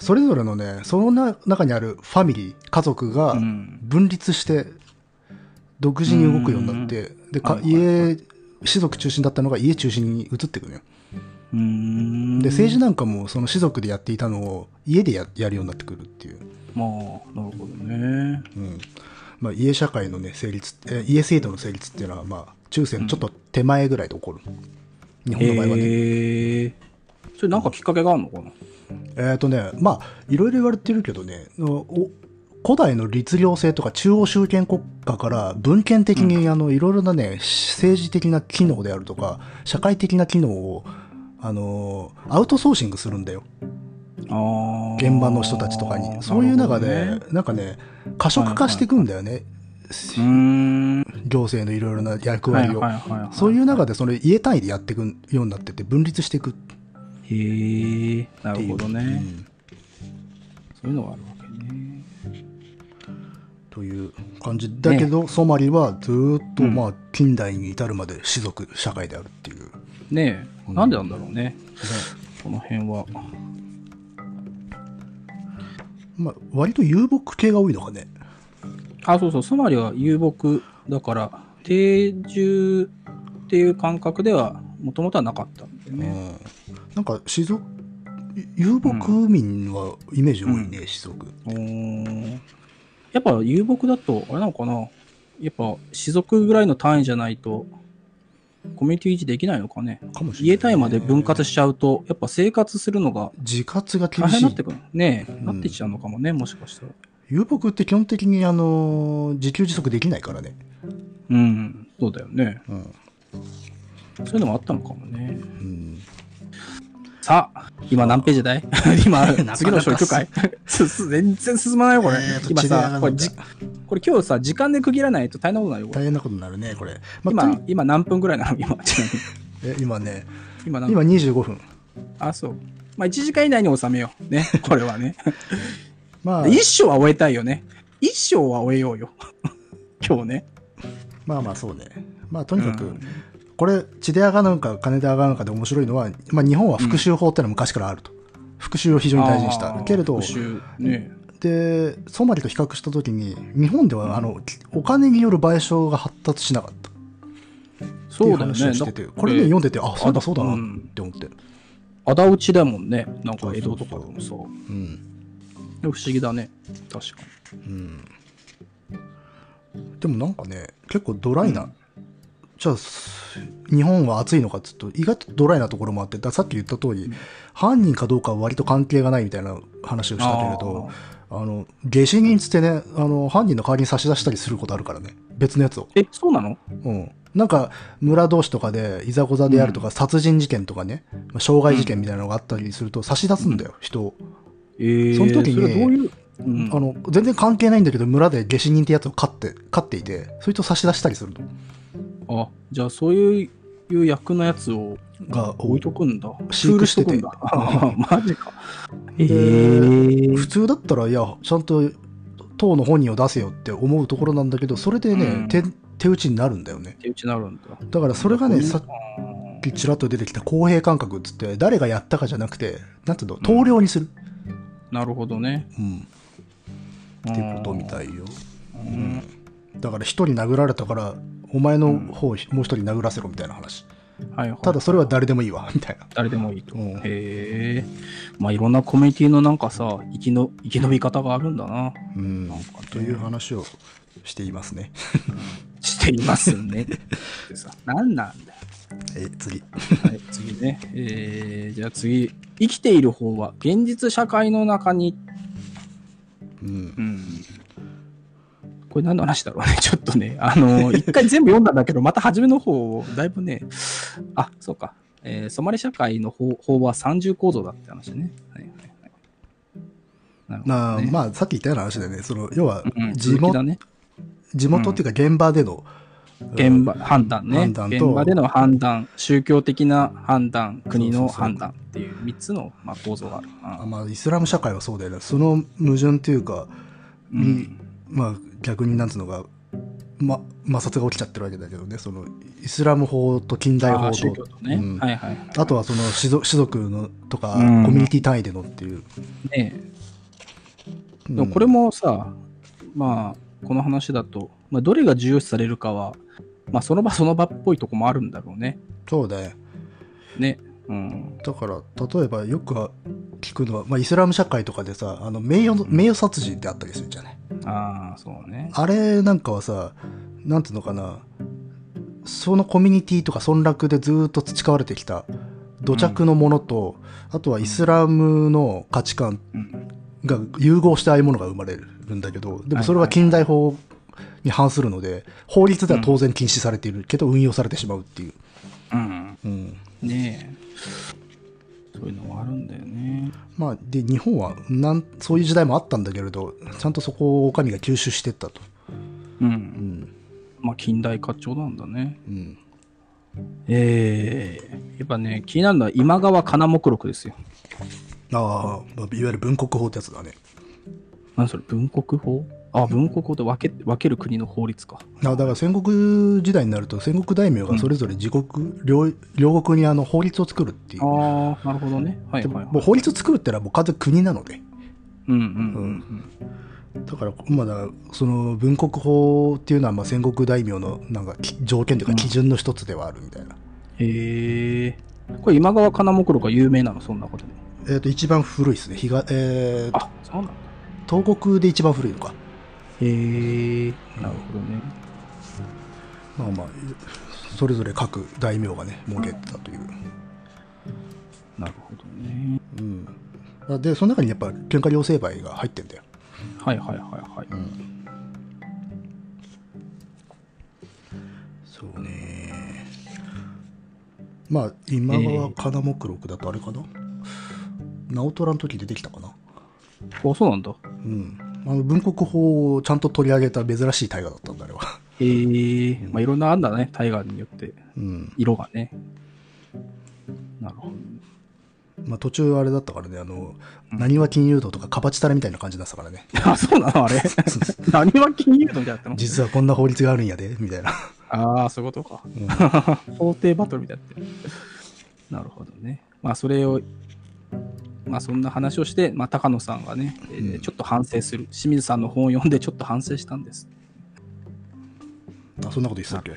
B: それぞれのね、その中にあるファミリー、家族が
A: うん
B: 分立して、独自に動くようになって、で、か
A: はいはい
B: 家、士族中心だったのが家中心に移っていくのよ。
A: うーん。
B: で、政治なんかもその士族でやっていたのを家でややるようになってくるっていう。
A: まあ、なるほどね。
B: うんまあ、家社会のね、成立、え家制度の成立っていうのは、まあ、中世のちょっと手前ぐらいで起こる。日本の場合はね。
A: へえ。それなんかきっかけがあるのかな
B: えっ、とね、まあ、いろいろ言われてるけどね、のお古代の律令制とか中央集権国家から文献的に、あの、いろいろなね、政治的な機能であるとか、社会的な機能を、あのーアウトソーシングするんだよ。
A: あー
B: 現場の人たちとかに。そういう中で、
A: な
B: な
A: るほどね
B: んかね、過食化していくんだよね。
A: うーん。
B: 行政のいろいろな役
A: はいは
B: 割
A: い
B: を。
A: はいはい。
B: そういう中でそれ家単位でやっていくようになってて分立していくっ
A: へえ。な
B: て
A: る
B: いう。
A: ほど
B: う
A: ね。
B: ん
A: そういうのがあるわけね。
B: という感じだけど、ソマリはずーっと、まあ近代に至るまで士族社会であるっていう。
A: ねえ、
B: うん
A: なんでなんだろうね。この辺は。
B: まあ割と遊牧系が多いのかね。
A: あ、そうそう、ソマリは遊牧だから、定住っていう感覚では、もともとはなかったんでね。
B: うん、なんか士族遊牧民はイメージ多いね、士族。
A: おーやっぱ遊牧だと、あれなのかなやっぱ、士族ぐらいの単位じゃないと、コミュニティ維持できないのかね。
B: かもしれない、
A: 家単位まで分割しちゃうと、やっぱ生活するのが
B: 自活が厳
A: 大変に
B: し
A: ないってくる。ねえ、
B: ん
A: なってきちゃうのかもね、もしかしたら。
B: 遊牧って基本的にあの自給自足できないからね、
A: うん、そうだよね。
B: うん
A: そういうのもあったのかもね。
B: うん、
A: さあ、今何ページ だい今
B: かな、か
A: 次の章行くかいすす全然進まないよ、これ。
B: えーと
A: 今
B: 違うな
A: さ、これじ、これ今日さ、時間で区切らないと大変なことになるよ、これ
B: 大変なことになるねこれ、まあと
A: 今
B: に、
A: 今何分ぐらいなの今、 ちなみに。
B: え今ね
A: 今何分
B: 今25分
A: あ、そう。まあ、1時間以内に収めよ う。ね。これはね。
B: まあ
A: 一章は終えたいよね。一章は終えようよ。 今日ね。
B: まあまあそうねまあとにかく、
A: うん
B: これ血で上がるのか金で上がるのかで面白いのは、まあ、日本は復讐法ってのは昔からあると、復讐を非常に大事にし
A: あ
B: た
A: ー
B: けれど
A: 復讐ね。
B: でソマリと比較した時に日本ではあのお金による賠償が発達しなかったって
A: そ
B: いう
A: うだよ
B: 話
A: ね。
B: をしてて、
A: だって
B: これね読んでてあそうだそうだな
A: う
B: っ
A: ん
B: て思って、
A: 仇討ちだもんね。なんか江戸とかでもさ。
B: うん
A: でも不思議だね。確かに。
B: でもなんかね結構ドライな、じゃあす日本は暑いのかっつうと意外とドライなところもあってだからさっき言った通り、犯人かどうかは割と関係がないみたいな話をしたけれどあの下死人っつってねあの犯人の代わりに差し出したりすることあるからね別のやつを、
A: え、そうなの
B: うん、なんか村同士とかでいざこざであるとか、殺人事件とかねまあ傷害事件みたいなのがあったりすると差し出すんだよ、人を。
A: えー、
B: その時に
A: それどういう、うん
B: あの全然関係ないんだけど村で下死人ってやつを飼って飼っていてそれと差し出したりするの
A: あ、じゃあそういう、いう役のやつを
B: が多
A: 置
B: い
A: いとくんだ。
B: 飼育して
A: ク
B: て
A: ールとくんだマジか。え
B: で
A: ー
B: 普通だったらいやちゃんと党の本人を出せよって思うところなんだけどそれでね、
A: うん
B: 手手打ちになるんだよね
A: 手打ちになるんだ。
B: だからそれがねさっ
A: あ
B: きちらっと出てきた公平感覚っつって誰がやったかじゃなくてなんていうの投了にする、
A: ーなるほどね。
B: うんっていうことみたいよ、
A: うん
B: だから一人殴られたからお前の方、もう一人殴らせろみたいな話
A: はいはい、
B: ただそれは誰でもいいわみたいな
A: 誰でもいいと。
B: うん
A: へえ。まあいろんなコミュニティのなんかさ、生きの生き延び方があるんだな。
B: うん
A: なんかね
B: という話をしていますね。
A: していますね。で さ何なんだよ。
B: え次。
A: はい、次ね。えー、じゃあ次。生きている方は現実社会の中に。
B: うん。
A: うん。これ何の話だろうね。 ちょっとね、あの、一回全部読んだんだけど、また初めの方をだいぶね、あ、そうか。えー、ソマリ社会の方法は三重構造だって話ね。はいはいはい。なるほど
B: なあ
A: ね
B: まあ、さっき言ったような話だよね。その、要は
A: うん、
B: 地
A: 続き
B: 元、
A: だね。
B: 地元っていうか現場での、
A: 現場、判断ね。
B: 判断と
A: 現場での判断、宗教的な判断、国の判断っていう3つの、まあ、構造があるか
B: あ
A: な。
B: まあ、イスラム社会はそうだよね。その矛盾っていうか、
A: うん
B: にまあ、逆になんつうのが、ま、摩擦が起きちゃってるわけだけどね。その、イスラム法と近代
A: あ
B: 法
A: ー宗教。
B: と
A: とね、
B: うん
A: はいはいはい。
B: あとはその士族、士族のとか、コ
A: うん
B: ミュニティ単位でのっていう。
A: ね、
B: うん
A: でもこれ、もさ、まあ、この話だと、まあ、どれが重要視されるかは、まあ、その場そ の場っぽいとこもあるんだろうね。
B: そうだよ。
A: ね。うん。
B: だから例えばよく聞くのは、まあ、イスラム社会とかでさあの名誉の名誉殺人ってあったりするじゃない
A: ああ、そうね。
B: あれなんかはさなんていうのかなそのコミュニティとか村落でずーっと培われてきた土着のものと、あとはイスラムの価値観
A: うん
B: が融合してああいうものが生まれるんだけどでもそれは近代法に反するので法律では当然禁止されているけど運用されてしまうっていう、
A: うん。
B: うん
A: ねえ。そういうのもあるんだよね。
B: まあ、で日本はなんそういう時代もあったんだけれどちゃんとそこを女将が吸収してったと、
A: う。
B: うんん
A: まあ、近代化調なんだね。
B: うん、
A: えー、やっぱね、気になるのは今川金目録ですよ。
B: ああまあいわゆる文国法ってやつだね
A: 何それ、文国法あ、文国法って分け分ける国の法律か。
B: あだから戦国時代になると戦国大名がそれぞれ自国、両両国にあの法律を作るっていう、
A: ああ、なるほどね。はい
B: で
A: はい、
B: も
A: は
B: う
A: い。
B: 法律を作るってのはもう完全に国なので
A: うんうんうん
B: だからまだその文国法っていうのはまあ戦国大名のなんかき条件というか基準の一つではあるみたいな、
A: うん。へえー。これ今川金目録が有名なの、そんなことで。
B: えっ、と一番古いですね東,、えー
A: あ、そうなんだ。
B: 東国で一番古いのか
A: へえ、なるほどね。
B: まあまあそれぞれ各大名がね設けてたという、
A: なるほどね。
B: うん、でその中にやっぱ喧嘩両成敗が入ってんだよ
A: はいはいはいはい。
B: そうねまあ今川金目録だとあれかな、直虎の時出てきたかな
A: あ、そうなんだ。
B: うんあの文国法をちゃんと取り上げた珍しい大河だったんだあれは
A: へえ、まあいろんなあんだね、タイガーによって。
B: うん
A: 色がね。なるほど。
B: まあ途中あれだったからねあの何は金融道とかかばちたれみたいな感じになってたからね
A: あ、そうなのあれ。 何は気に入るのみたいだったの
B: 実はこんな法律があるんやでみたいな
A: ああ、そういうことか。 法廷バトルみたいになってる。なるほどね。まあ、それを、まあ、そんな話をして、まあ、高野さんがね、えー
B: うん
A: ちょっと反省する。清水さんの本を読んで、ちょっと反省したんです。
B: あそんなこと言ってたっけ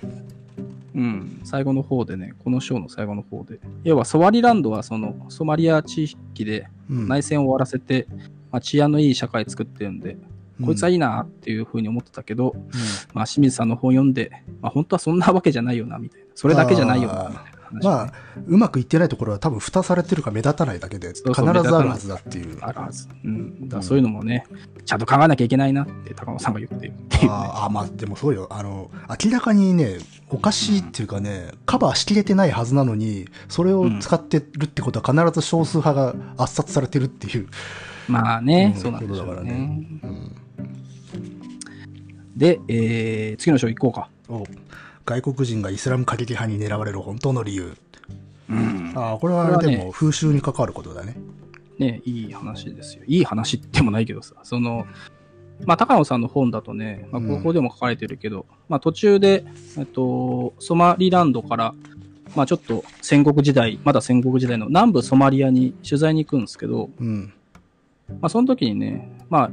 A: うん、最後の方でね、この章の最後の方で。要は、ソワリランドは、その、ソマリア地域で
B: うん
A: 内戦を終わらせて、まあ、治安のいい社会作ってるんで、こいつはいいなっていうふうに思ってたけど、まあ、清水さんの本読んで、まあ、本当はそんなわけじゃないよな、みたいな。それだけじゃないよな、みたいな話、ね。
B: まあ、うまくいってないところは多分蓋されてるか目立たないだけで必
A: う
B: ず
A: そう
B: あるはずだっていう。
A: あるはず。うん。だからそういうのもね、ちゃんと考えなきゃいけないなって高野さんが言ってるっていうね。
B: ああ、まあでもそうよ。あの、明らかにね、おかしいっていうかね、カバーしきれてないはずなのに、それを使ってるってことは必ず少数派が圧殺されてるっていう。
A: まあね、
B: うん
A: そうなんでしょ
B: そうだか
A: う
B: ら
A: ね
B: ね。うん
A: で、えー次の章行こうか。
B: お外国人がイスラム過激派に狙われる本当の理由。
A: うん。
B: ああ、これは
A: これはね
B: でも風習に関わることだね。
A: ね、いい話ですよ。いい話でもないけどさ、その、まあ、高野さんの本だとね、まあ、
B: うん
A: ここでも書かれてるけど、まあ、途中で、えっと、ソマリランドから、まあ、ちょっと戦国時代、まだ戦国時代の南部ソマリアに取材に行くんですけど、
B: うん。
A: まあ、その時にね、まあ、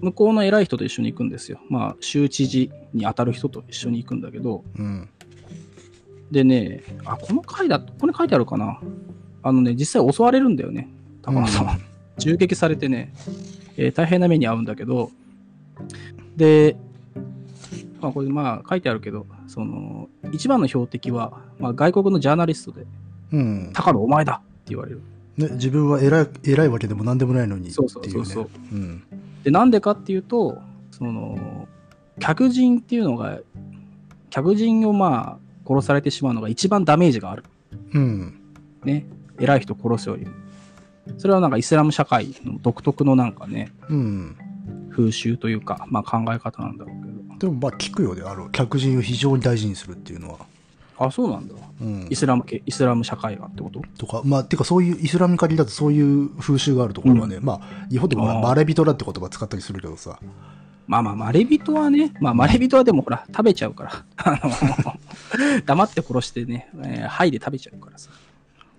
A: 向こうの偉い人と一緒に行くんですよ。まあ、州知事に当たる人と一緒に行くんだけど、
B: うん。
A: でね、あ、この回だ、これ書いてあるかな。あのね、実際襲われるんだよね、高野さん。
B: う
A: 銃撃されてね、えー大変な目に遭うんだけど、で、まあ、これ、まあ、書いてあるけど、その、一番の標的は、まあ、外国のジャーナリストで、
B: うん。
A: 高野お前だって言われる。
B: ね、自分は偉い偉いわけでも何でもないのにってい
A: そうう
B: ね。
A: そうそうそう。
B: うん。
A: で、なんでかっていうと、その、客人っていうのが、客人をまあ、殺されてしまうのが一番ダメージがある。
B: うん。
A: ね。偉い人殺すよりも。それはなんかイスラム社会の独特のなんかね、
B: うん。
A: 風習というか、まあ考え方なんだろうけ
B: でもまあ聞くよね、あの、客人を非常に大事にするっていうのは。
A: ど。あ、そうなんだ。
B: うん
A: イ。スラム系、イスラム社会がってこと
B: とか、まあ、てかそういう、イスラムに限らずそういう風習があるところはね、まあ、日本でもほら
A: あー
B: マレビトラって言葉使ったりするけどさ、
A: まあまあ、マレビトはね、まあマレビトはでもほら、食べちゃうから。あの、黙って殺してね、えー、灰で食べちゃうからさ。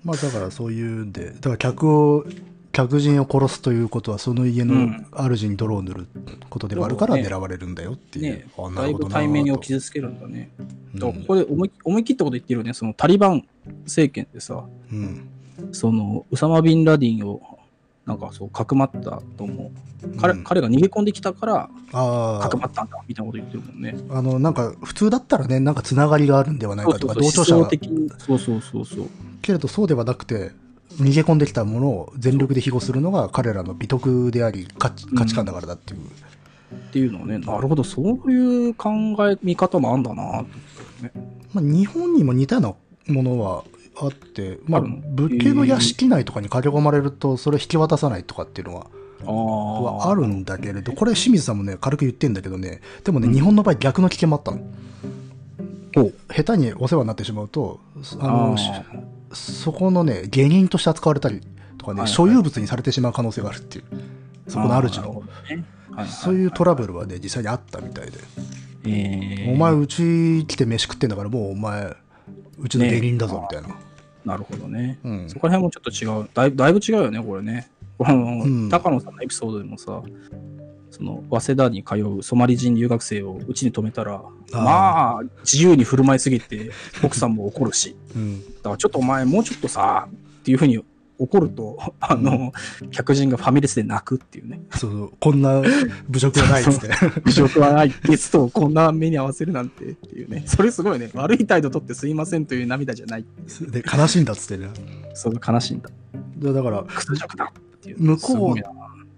B: まあだからそういうんで、だから客を、客人を殺すということは、その家
A: う
B: の
A: ん
B: 主に泥を塗ることでもあるから
A: そうね
B: 狙われるんだよっていう。
A: ね
B: あ、な
A: だ
B: る
A: い
B: ほ
A: ぶ
B: どな
A: 対面を
B: と
A: 傷つけるんだね。
B: うん
A: だからここで思い思い切ったこと言ってるよね、そのタリバン政権でさ、
B: うん。
A: そのウサマ・ビンラディンをなんかそうかくまったと思う彼、
B: うん
A: 彼が逃げ込んできたから
B: あ
A: かく
B: あ、
A: まったんだみたいなこと言ってるもんね。
B: あの、なんか、普通だったらね、なんかつながりがあるんではないかとか、同
A: 思
B: 調者
A: 想
B: が
A: 的にそうそうそうそう。
B: けれどそうではなくて逃げ込んできたものを全力で庇護するのが彼らの美徳であり価値価値観だからだっていう、
A: っていうのをね、なるほど、そういう考え、見方もあんだなと
B: まあ、日本にも似たようなものはあって、まあ、
A: あるの
B: 仏教の屋敷内とかに駆け込まれるとそれを引き渡さないとかっていうのは
A: あ
B: はあるんだけれどこれ清水さんもね軽く言ってんだけどねでもね、日本の場合逆の危険もあったの
A: ほう
B: 下手にお世話になってしまうとあの
A: あー
B: しそこのね下人として扱われたりとか
A: はい
B: ね、
A: はい
B: 所有物にされてしまう可能性があるっていうそこの主
A: あーなるほ
B: の
A: どねはいはい
B: そういうトラブルはね、実際にあったみたいで。
A: えー
B: お前、うち来て飯食ってんだから、もうお前、うちの芸人だぞ、
A: ね
B: みたいな。
A: なるほどね、
B: うん
A: そこら辺もちょっと違う。だいぶだいぶ違うよね、これね。この
B: うん
A: 高野さんのエピソードでもさ、その早稲田に通うソマリ人留学生をうちに泊めたら、
B: ー
A: まあ、自由に振る舞いすぎて、奥さんも怒るし、
B: うん。
A: だからちょっとお前、もうちょっとさ、っていうふうに怒ると、あの、客人がファミレスで泣くっていうね。
B: そうそう、こんな侮辱はないっつって。
A: 侮辱はない。ゲストをこんな目に合わせるなんてっていうね。それすごいね。悪い態度取ってすいませんという涙じゃない。
B: で、悲しいんだっつってね。
A: それが悲しいんだ。
B: でだから、
A: 屈辱だっていう。
B: 向こう
A: すごいな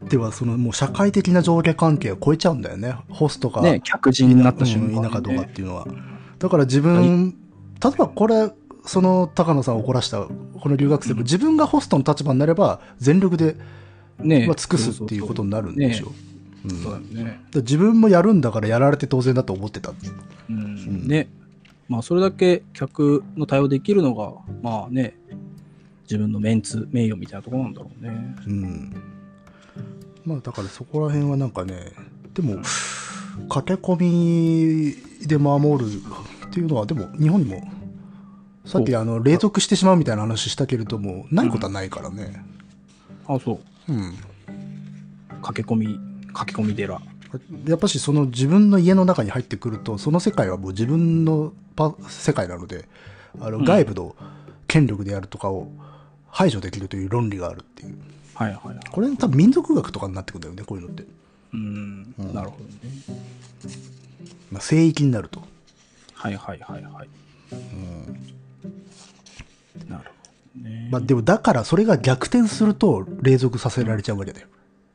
B: ではそのもう社会的な上下関係を超えちゃうんだよね。ホストが、
A: ね、客人になった瞬間、
B: うんいなかどうかっ
A: ね
B: ていうのは。だから自分、例えばこれ、その高野さんを怒らしたこの留学生
A: う
B: も、
A: ん
B: 自分がホストの立場になれば全力で、
A: ね
B: まあ、尽くすっていうことになるんでしょう。うん
A: そう
B: だ
A: だ
B: か
A: よね。
B: ら自分もやるんだからやられて当然だと思ってた。
A: うん
B: ん
A: ね。まあ、それだけ客の対応できるのが、まあね、自分のメンツ、名誉みたいなところなんだろうね。
B: うん、まあだからそこら辺はなんかねでも駆け込みで守るっていうのはでも日本にもさっきあの冷蔵してしまうみたいな話したけれどもないことはないからね、
A: あ、そう。
B: うん
A: 駆け込み、駆け込み寺。
B: やっぱしその自分の家の中に入ってくるとその世界はもう自分のパ世界なのであの
A: うん
B: 外部の権力であるとかを排除できるという論理があるっていう
A: はいはいはい。
B: これ多分民族学とかになってくるんだよねこういうのって、
A: うん、
B: うん
A: なるほどね。
B: まあ、聖域になると。
A: はいはいはいはい。うん、なるほどね。
B: まあでもだからそれが逆転すると隷属させられちゃうわけだよ。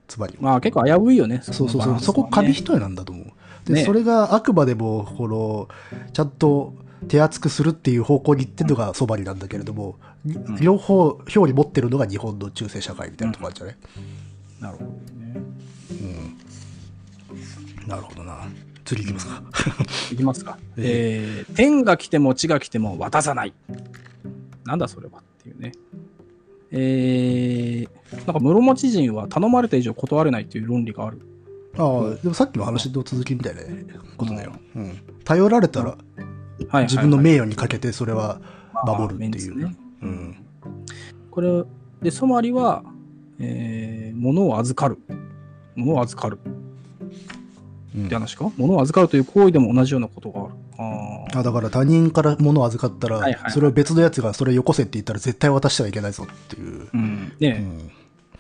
B: つまり。
A: まあ結構危ういよね。
B: そうそう
A: のバラ
B: そう。
A: ンス
B: そ
A: はね
B: こ紙一重なんだと思う。で、
A: ね
B: それがあくまでも、この、ちゃんと手厚くするっていう方向に行ってるのがそばになんだけれども、
A: ん
B: 両方表裏持ってるのが日本の中世社会みたいなとこあるじゃない、
A: なるほどね。
B: なるほどな。次行きますか。
A: いきますか。えー、天が来ても地が来ても渡さない。なんだそれはっていうね。えー、なんか室町人は頼まれた以上断れないという論理がある。
B: ああ、でもさっきの話の続きみたいなことだよ。うん頼られたら
A: はいはいはい
B: 自分の名誉にかけてそれは守る
A: まあ
B: っ
A: メ
B: て
A: ン
B: い
A: ツ
B: う。
A: ね
B: うん
A: これでソマリは、えー、物を預かる物を預かる
B: うん
A: って話か、物を預かるという行為でも同じようなことがあるあー
B: あだから他人から物を預かったら、
A: はいはいはい
B: それを別のやつがそれよこせって言ったら絶対渡してはいけないぞっていう、
A: うん、
B: う
A: ね、
B: ん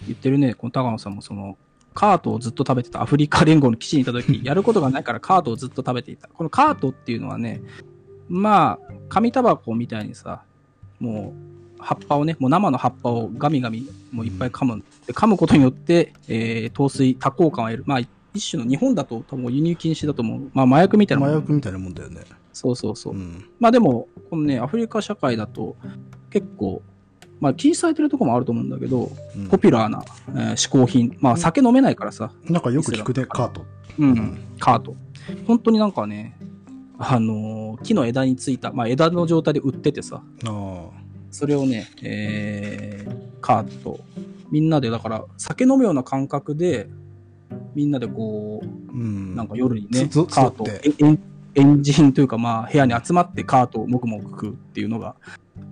A: 言ってるねこの高野さんもそのカートをずっと食べてたアフリカ連合の基地にいた 時やることがないからカートをずっと食べていたこのカートっていうのはねまあ紙タバコみたいにさもう葉っぱをねもう生の葉っぱをガミガミもういっぱい噛む、で噛むことによって、えー糖水多幸感を得るまあ一種の日本だと多分輸入禁止だと思うまあ麻薬みたいな
B: 麻
A: もん
B: 薬みたいなもんだよね、
A: そうそうそうう、
B: ん、
A: まあでも、このね、アフリカ社会だと、結構、まあ、禁止されてるとこもあると思うんだけど、
B: うん
A: ポピュラーな、えー嗜好品。まあ、酒飲めないからさ、
B: なんかよく聞くねカート
A: うん、
B: ん
A: カート。本当になんかね、あのー木の枝についた、まあ、枝の状態で売っててさ、
B: あ
A: それをね、えーカート。みんなで、だから、酒飲むような感覚で、みんなでこう、
B: あうん
A: なんか夜にね、
B: つつ
A: カート
B: つって
A: えんエンジンというか、まあ、部屋に集まってカートをもくもく食うっていうのが、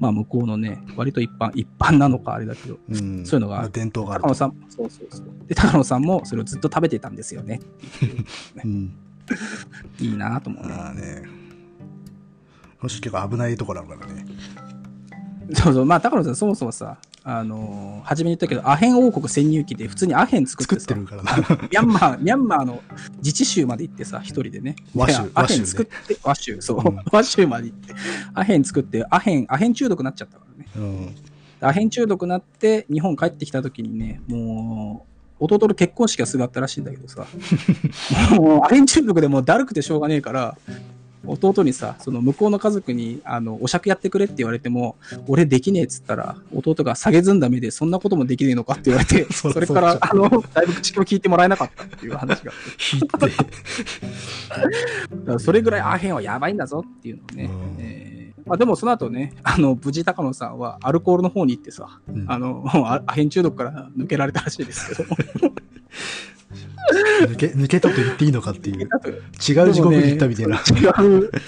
A: まあ、向こうのね、割と一般、一般なのかあれだけど、
B: うん
A: そういうのがある
B: まあ伝統がある
A: 高野さん、そうそうそう。で、高野さんもそれをずっと食べてたんですよね。
B: うん、
A: いいなと思うね。
B: ああねもし結構危ないところだからね
A: そうそう、まあ、高野さん、そもそもさ、あのー初めに言ったけど、アヘン王国潜入記で普通にアヘン作って
B: 作
A: さ
B: ってるからな
A: ミャンマー、ミャンマーの自治州まで行ってさ、一人でね。
B: 和州
A: でアヘン
B: 和州
A: 作
B: ね
A: って、和州、そう、
B: うん
A: 和州まで行って、アヘン作って、アヘン、アヘン中毒になっちゃったからね。
B: うん
A: アヘン中毒になって、日本帰ってきた時にね、もう、弟の結婚式がすぐあったらしいんだけど さ、もうアヘン中毒でもうだるくてしょうがねえから、弟にさ、その向こうの家族に、あの、お酌やってくれって言われても、俺できねえっつったら、弟が下げずんだ目で、そんなこともできねえのかって言われて、
B: そ
A: そうれから、
B: そう
A: あの、だいぶ口を聞いてもらえなかったっていう話が。
B: ひって
A: だからそれぐらいアヘンはやばいんだぞっていうのをね。
B: うん
A: えーまあ、でもその後ね、あの、無事高野さんはアルコールの方に行ってさ、
B: うん
A: あの、もうアアヘン中毒から抜けられたらしいですけど、
B: 抜け抜けたと言っていいのかっていう違
A: あと違
B: う地獄に行ったみたいな、
A: う、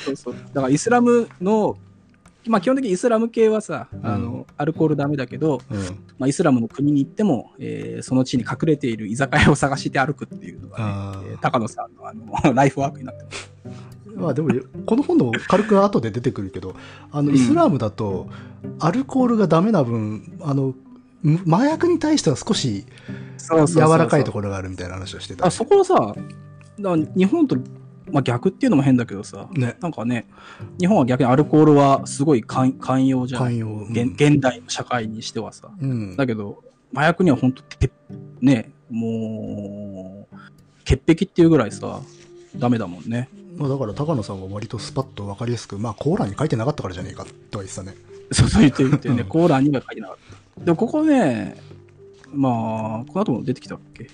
A: そうそう。だからイスラムの、まあ基本的にイスラム系はさ、あの、
B: うん
A: アルコールダメだけど、
B: うん、
A: まあイスラムの国に行っても、えーその地に隠れている居酒屋を探して歩くっていうの
B: あ
A: がね
B: ー、
A: えー高野さんのあの ライフワークになってます。
B: まあでもこの本の軽く後で出てくるけどあの
A: うん
B: イスラームだとアルコールがダメな分あのむ麻薬に対しては少し
A: そう
B: 柔らかいと
A: こ
B: ころがあるみたいな話をしてた。
A: あそこはさ、だ日本と、まあ、逆っていうのも変だけどさ、
B: ね。
A: なんかね、日本は逆にアルコールはすごい寛寛容じゃん。
B: 寛容。うん
A: 現現代の社会にしてはさ。
B: うん。
A: だけど、麻薬には本当て、ね、もう、潔癖っていうぐらいさ、ダメだもんね。
B: まあだから高野さんは割とスパッと分かりやすく、まあコーラに書いてなかったからじゃねえかとは言ってたね。
A: そうそう言って言ってね、
B: うん
A: コーラには書いてなかった。でもここね、まあ、この後も出てきたっけ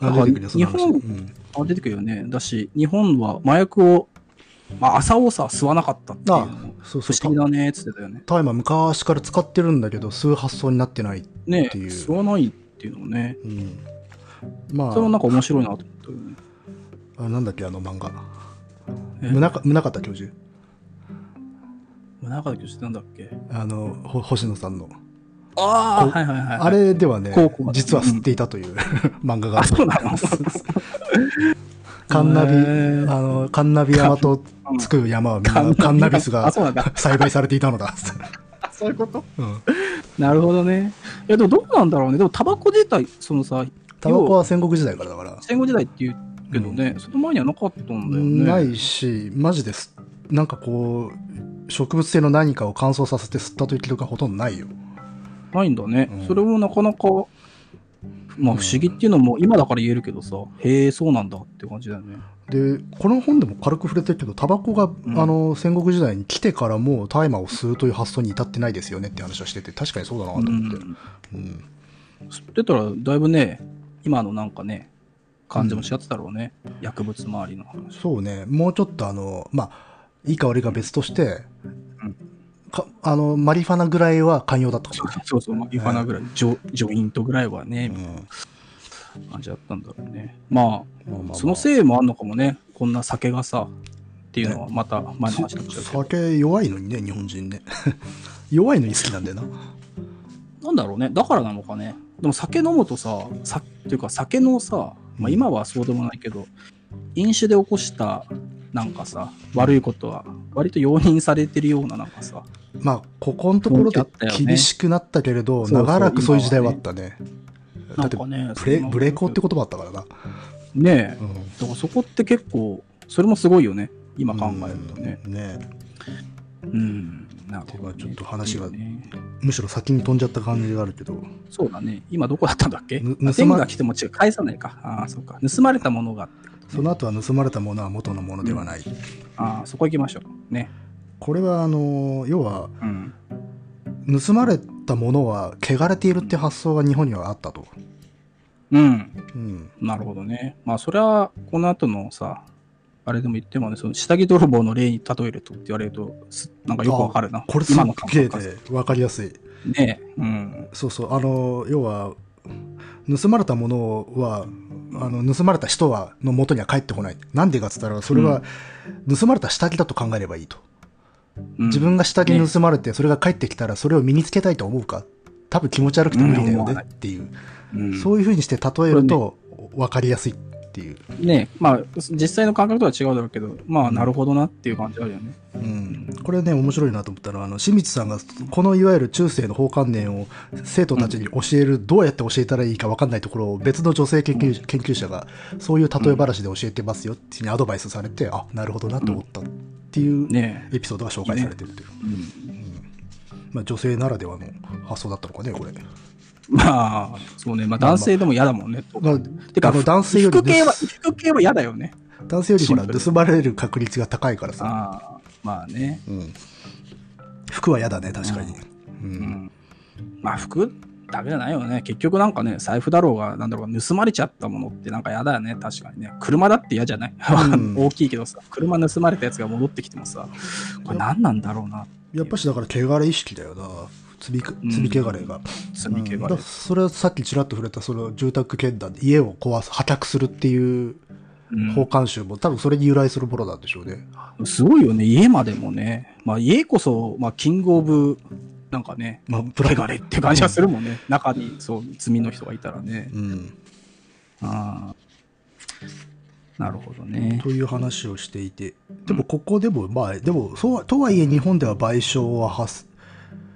B: あ
A: だから
B: 出てくるよその話
A: 日本
B: うん
A: あ出てくるよね。だし、日本は麻薬を、まあ、朝をさ、吸わなかったっていうのも
B: そうそ
A: 不
B: う。
A: 思議だね、っつってたよね。
B: タイマー昔から使ってるんだけど、吸う発想になってない。
A: ね
B: っていう
A: 吸わないっていうのもね。
B: うん。まあ、
A: それもなんか面白いなと思ったよね。
B: あなんだっけ、あの漫画。
A: え
B: 宗像宗方教授。
A: 中だけしてたんだっけ
B: あの、ほ星野さんの。
A: ああ、
B: こ
A: はいはいはいはい。
B: あれではね
A: 高校、
B: 実は吸っていたという 漫画が
A: あ、
B: ある
A: そうなの
B: カンナビ、
A: へ
B: あ
A: ー
B: の、カンナビ山とつく山はみんなカンナビスが
A: あ、そうなんだ。
B: 栽培されていたのだ。
A: あ そういうこと
B: うん
A: なるほどね。いや、でもどうなんだろうね。でも、タバコ自体、そのさ、
B: タバコは戦国時代からだから。
A: 戦後時代っていうけどね、その前にはなかったんだよね。
B: ないし、マジです。なんかこう、植物性の何かを乾燥させて吸ったという記録がほとんどないよ。
A: ないんだね、
B: うん
A: それもなかなか、まあ
B: うん
A: 不思議っていうのも今だから言えるけどさ、へえ、そうなんだって感じだよね。
B: で、この本でも軽く触れてるけど、タバコが、
A: ん
B: あの、戦国時代に来てからもう大麻を吸うという発想に至ってないですよねって話はしてて、確かにそうだなと
A: う
B: 思って。
A: ん、
B: うん
A: 吸ってたらだいぶね、今のなんかね、感じも違ってたろうね、薬物周りの話。
B: そうね、もうちょっとあの、まあ、いいか悪いか別として、
A: うん
B: かあの、マリファナぐらいは寛容だったか
A: そうそうそう、まあ、イファナぐらい、ジョジョイントぐらいはね、
B: も。
A: み
B: う
A: たい
B: ん
A: な感じだったんだろうね。ま
B: まあまあま
A: あ、
B: あ
A: そのせいもあんのかもね、こんな酒がさ、っていうのはまた前の話だったけど、
B: 酒弱いのにね、日本人ね。 弱いのに好きなんだよな。
A: なんだろうね、だからなのかね。でも酒飲むとさ、さっていうか酒のさ、まあ、今はそうでもないけど、飲酒で起こしたなんかさ、悪いことは割と容認されてるようななんかさ、
B: まあ、ここのところ
A: 雰囲気
B: で
A: あったよね
B: 厳しくなったけれど、
A: そうそう
B: 長らくそういう時代はあったね。だ
A: な
B: っ
A: ん
B: て
A: かね、
B: ブレ、
A: そんな
B: ブレコって言葉あったからな。
A: ねえ、
B: うん
A: だからそこって結構、それもすごいよね、今考えるとね。
B: うんね
A: うん、なんか
B: てかちょっと話が
A: ね。
B: むしろ先に飛んじゃった感じがあるけど、
A: そうだね、今どこだったんだっけ
B: ぬ
A: あ
B: 盗
A: 天
B: ま
A: が来ても違う、返さないか。ああ、そうか。盗まれたものが、
B: その後は盗まれたものは元のものではない。
A: ああ、そこ行きましょう。ね。
B: これは、あの、要は、
A: うん。
B: 盗まれたものは汚れているって発想が日本にはあったと。
A: うん。
B: うん。
A: なるほどね。まあ、それは、この後のさ、あれでも言ってもね、その下着泥棒の例に例えるとって言われると、すなんかよくわかるな。
B: これすっ
A: の
B: げえ
A: 感覚
B: で分かりやすい。
A: ねえ。うん。
B: そうそう、あの、要は、盗まれたものは、あの盗まれた人はの元には帰ってこない。なんでかっつったら、それは盗まれた下着だと考えればいいと。
A: うん
B: 自分が下着盗まれて、それが帰ってきたら、それを身につけたいと思うか、多分気持ち悪くて無理だよねっていう、
A: うん
B: そういうふうにして例えると分かりやすいっていう。
A: ねえ。まあ、実際の感覚とは違うだろうけど、まあ、なるほどなっていう感じあるよね。
B: うん、これね面白いなと思ったのはあの清水さんがこのいわゆる中世の法観念を生徒たちに教える、どうやって教えたらいいか分かんないところを別の女性研究,、研究者がそういう例え話で教えてますよっていうふうにアドバイスされて、あなるほどなと思ったっていう
A: ね
B: エピソードが紹介されてるという、
A: え。うん
B: まあ、女性ならではの発想だったのかねこれ。
A: まあ、そうね。まあ、男性でも嫌だもんね。と
B: まあ
A: てか、
B: あの男性より
A: 服系は、
B: です
A: 服系は嫌だよね。
B: 男性よりほら
A: シンプル
B: 盗まれる確率が高いからさ、
A: ああ、まあね。
B: うん、服は嫌だね確かに。う
A: うんんまあ服だけじゃないよね。結局なんかね、財布だろうが、なんだろうが、盗まれちゃったものってなんか嫌だよね。確かにね。車だって嫌じゃない、
B: うん
A: 大きいけどさ、車盗まれたやつが戻ってきてもさ、これ何なんだろうな。
B: やっぱしだから汚れ意識だよな積み積み汚れが。
A: 罪
B: う
A: 系
B: んだ
A: が
B: からそれはさっきちらっと触れたその住宅圏談家を壊す破却するっていう法監修も、多分それに由来するものなんでしょうね
A: うんすごいよね。家までもね。まあ家こそ、まあキングオブ、なんかね、
B: まあプ
A: 汚れって感じはするもんね。中に、そう、罪の人がいたらね。
B: うん、
A: ああなるほどね
B: と。いう話をしていてでもここでもまあでもそうはとはいえ日本では賠償は発っ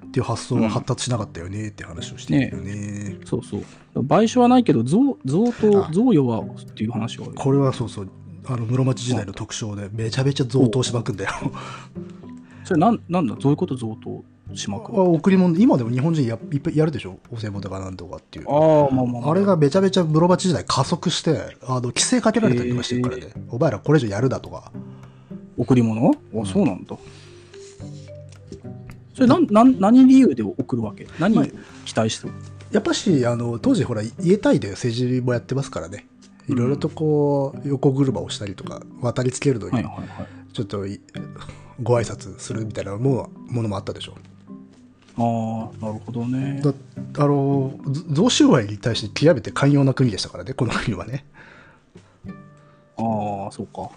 B: っていう発想は発達しなかったよねって話をしているよね。
A: そうそう。賠償はないけど、贈贈
B: あ
A: 答、贈与はっていう話はある。
B: これはそうそう、あの室町時代の特徴で、めちゃめちゃ贈答しまくんだよ。
A: それなん、なんだ、どういうこと贈答しまくる
B: あ贈り物、今でも日本人やいっぱいやるでしょ、お歳暮とかなんとかっていう。
A: ああ、まあまあまあ。
B: あれがめちゃめちゃ室町時代加速して、あの規制かけられたりとかしてるからね、お前らこれ以上やるだとか、
A: 贈り物あ、そうなんだ。それなん、なん、何理由で贈るわけ何
B: はい
A: 期待してる
B: やっぱしあの当時、ほら、家単位で政治もやってますからね、いろいろとこう、横車をしたりとか、渡りつけるの
A: はい
B: に、
A: はいはい。
B: ちょっといご挨拶するみたいなものはものもあったでしょ。
A: ああ、なるほどね。
B: だあのぞ贈収賄に対して極めて寛容な国でしたからね、この国はね。
A: ああ、そうか。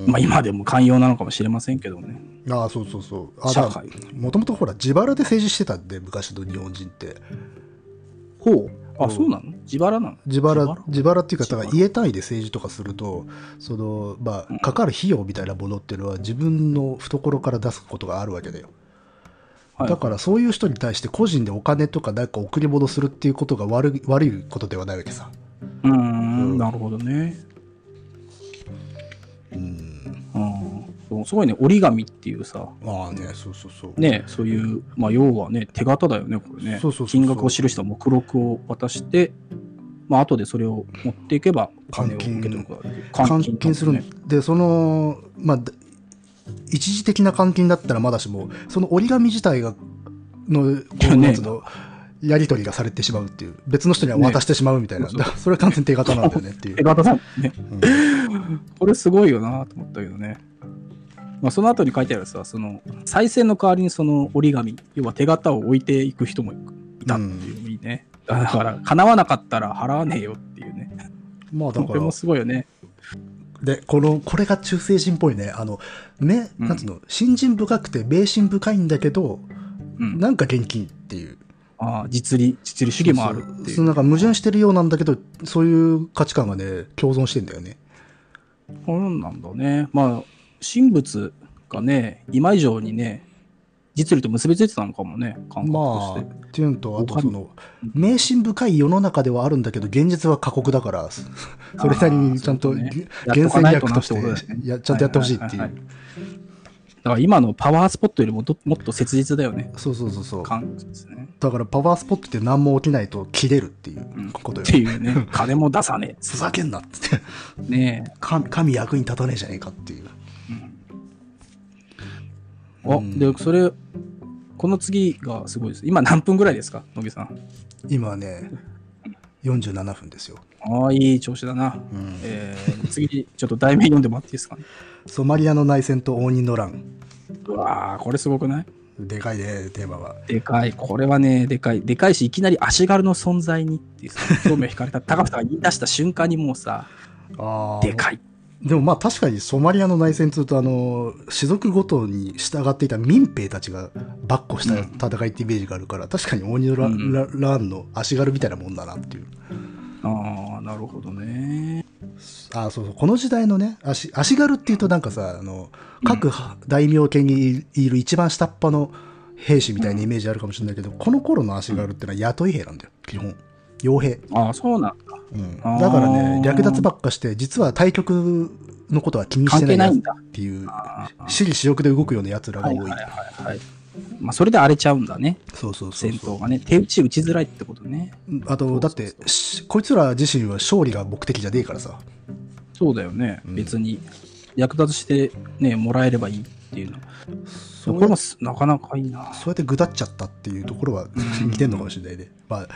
B: うん
A: まあ今でも寛容なのかもしれませんけどね。
B: ああ、そうそうそう。
A: 社
B: あ
A: 会
B: もともとほら、自腹で政治してたんで、昔の日本人って。
A: ほう。
B: うん
A: あ、そうなの自腹なの
B: 自腹
A: 自腹
B: 自腹っていうか、だから
A: 自
B: 家単位で政治とかすると、その、まあ、かかる費用みたいなものっていうのは、自分の懐から出すことがあるわけだよ。
A: はい
B: だから、そういう人に対して、個人でお金とか、なんか贈り物するっていうことが悪い悪いことではないわけさ。
A: うーん、なるほどね。
B: うん。
A: うんそう。すごいね、折り紙っていうさ、
B: まあね、そうそうそう。
A: ね、そういう、まあ要はね、手形だよね、これね。
B: そうそうそうそう
A: 金額を記した目録を渡して、まあ後でそれを持っていけば、お金を受け取ることができる。
B: 監禁する
A: ね。
B: んで、その、まあ、だ一時的な監禁だったらまだしも、その折り紙自体が、の、こ
A: ね
B: うなんつうの、やり取りがされてしまうっていう、別の人には渡してしまうみたいな、
A: ねそうそ
B: それは完全に手形なんだよねっていう
A: 手。形だもんね。
B: うん
A: これすごいよなと思ったけどね。まあ、その後に書いてあるさ、その、再生の代わりにその折り紙、要は手形を置いていく人もいたっていうのもいいね。だから、叶わなかったら払わねえよっていうね。
B: まあだ
A: こ
B: か
A: れ
B: ら
A: も、すごいよね。
B: で、この、これが中世人っぽいね。あの、目、
A: うん
B: なんつうの、信心深くて迷信深いんだけど、
A: うん。
B: なんか現金っていう。
A: ああ、実利、実利主義もある
B: そう
A: ってい
B: そう
A: う。
B: なんか矛盾してるようなんだけど、そういう価値観がね、共存してんだよね。
A: そうなんだね。まあ、神仏がね、今以上にね、実利と結びついてたのかもね、感覚
B: ま
A: と
B: あ、
A: し。
B: ってていうのと、あとその
A: うん、
B: 迷信深い世の中ではあるんだけど、現実は過酷だ から、そそれなりにちゃんと
A: そうね
B: げ
A: やっ
B: 厳
A: とか
B: 選
A: ないと
B: 略
A: なっ
B: と
A: て
B: して
A: ことだよね
B: やちゃんとやってほしいってい
A: はははは
B: う。
A: だから今のパワースポットよりもどもっと切実だよね。
B: そうそうそうそう。
A: 感じですね。
B: だからパワースポットって何も起きないと切れるっていうこと
A: っ
B: よ。
A: ていうね、金も出さねえっつ
B: ふざけんなっつって。
A: ってね。
B: 神神役に立たねえじゃねえかっていう。
A: あ
B: う、ん
A: で、それ、この次がすごいです。今何分ぐらいですか、野木さん。
B: 今ね、47分ですよ。
A: ああ、いい調子だな。
B: うん
A: えー、次、ちょっと題名読んでもらっていいですかね。
B: ソマリアの内戦と応仁の乱。
A: うわあ、これすごくない
B: でかいね、テーマは。
A: でかい。これはね、でかい。でかいし、いきなり足軽の存在にっていうさ、興味を惹かれた。高さが言い出した瞬間にもうさ、
B: あー
A: でかい。
B: でもまあ確かにソマリアの内戦というとあの士族ごとに従っていた民兵たちが跋扈した戦いってイメージがあるから、確かにオニラ,、
A: うん
B: ラランの足軽みたいなもんだなっていう
A: ああ、なるほどね。
B: あそうそうこの時代のね足足軽っていうとなんかさあの各大名家にいる一番下っ端の兵士みたいなイメージあるかもしれないけど、この頃の足軽ってのは雇い兵なんだよ基本傭兵、
A: ああ、そうなんだ。
B: うん、だ
A: あー
B: からね略奪ばっかして実は対局のことは気にしてないやつっていう
A: ああ、
B: 私利私欲で動くような奴らが
A: は
B: 多
A: いは
B: い。
A: いはいはい。まあ、それで荒れちゃうんだね、
B: そうそうそう
A: 戦
B: そう。
A: 闘がね。手打ち打ちづらいってことね。
B: あと、だって、しこいつら自身は勝利が目的じゃねえからさ。
A: そうだよね、
B: うん
A: 別に。役立つして、ね、もらえればいいっていうの。
B: そ
A: こ
B: うや
A: れもすなかなかいいな。
B: そうやってぐだっちゃったっていうところは似てんのかもしれないね。まあ、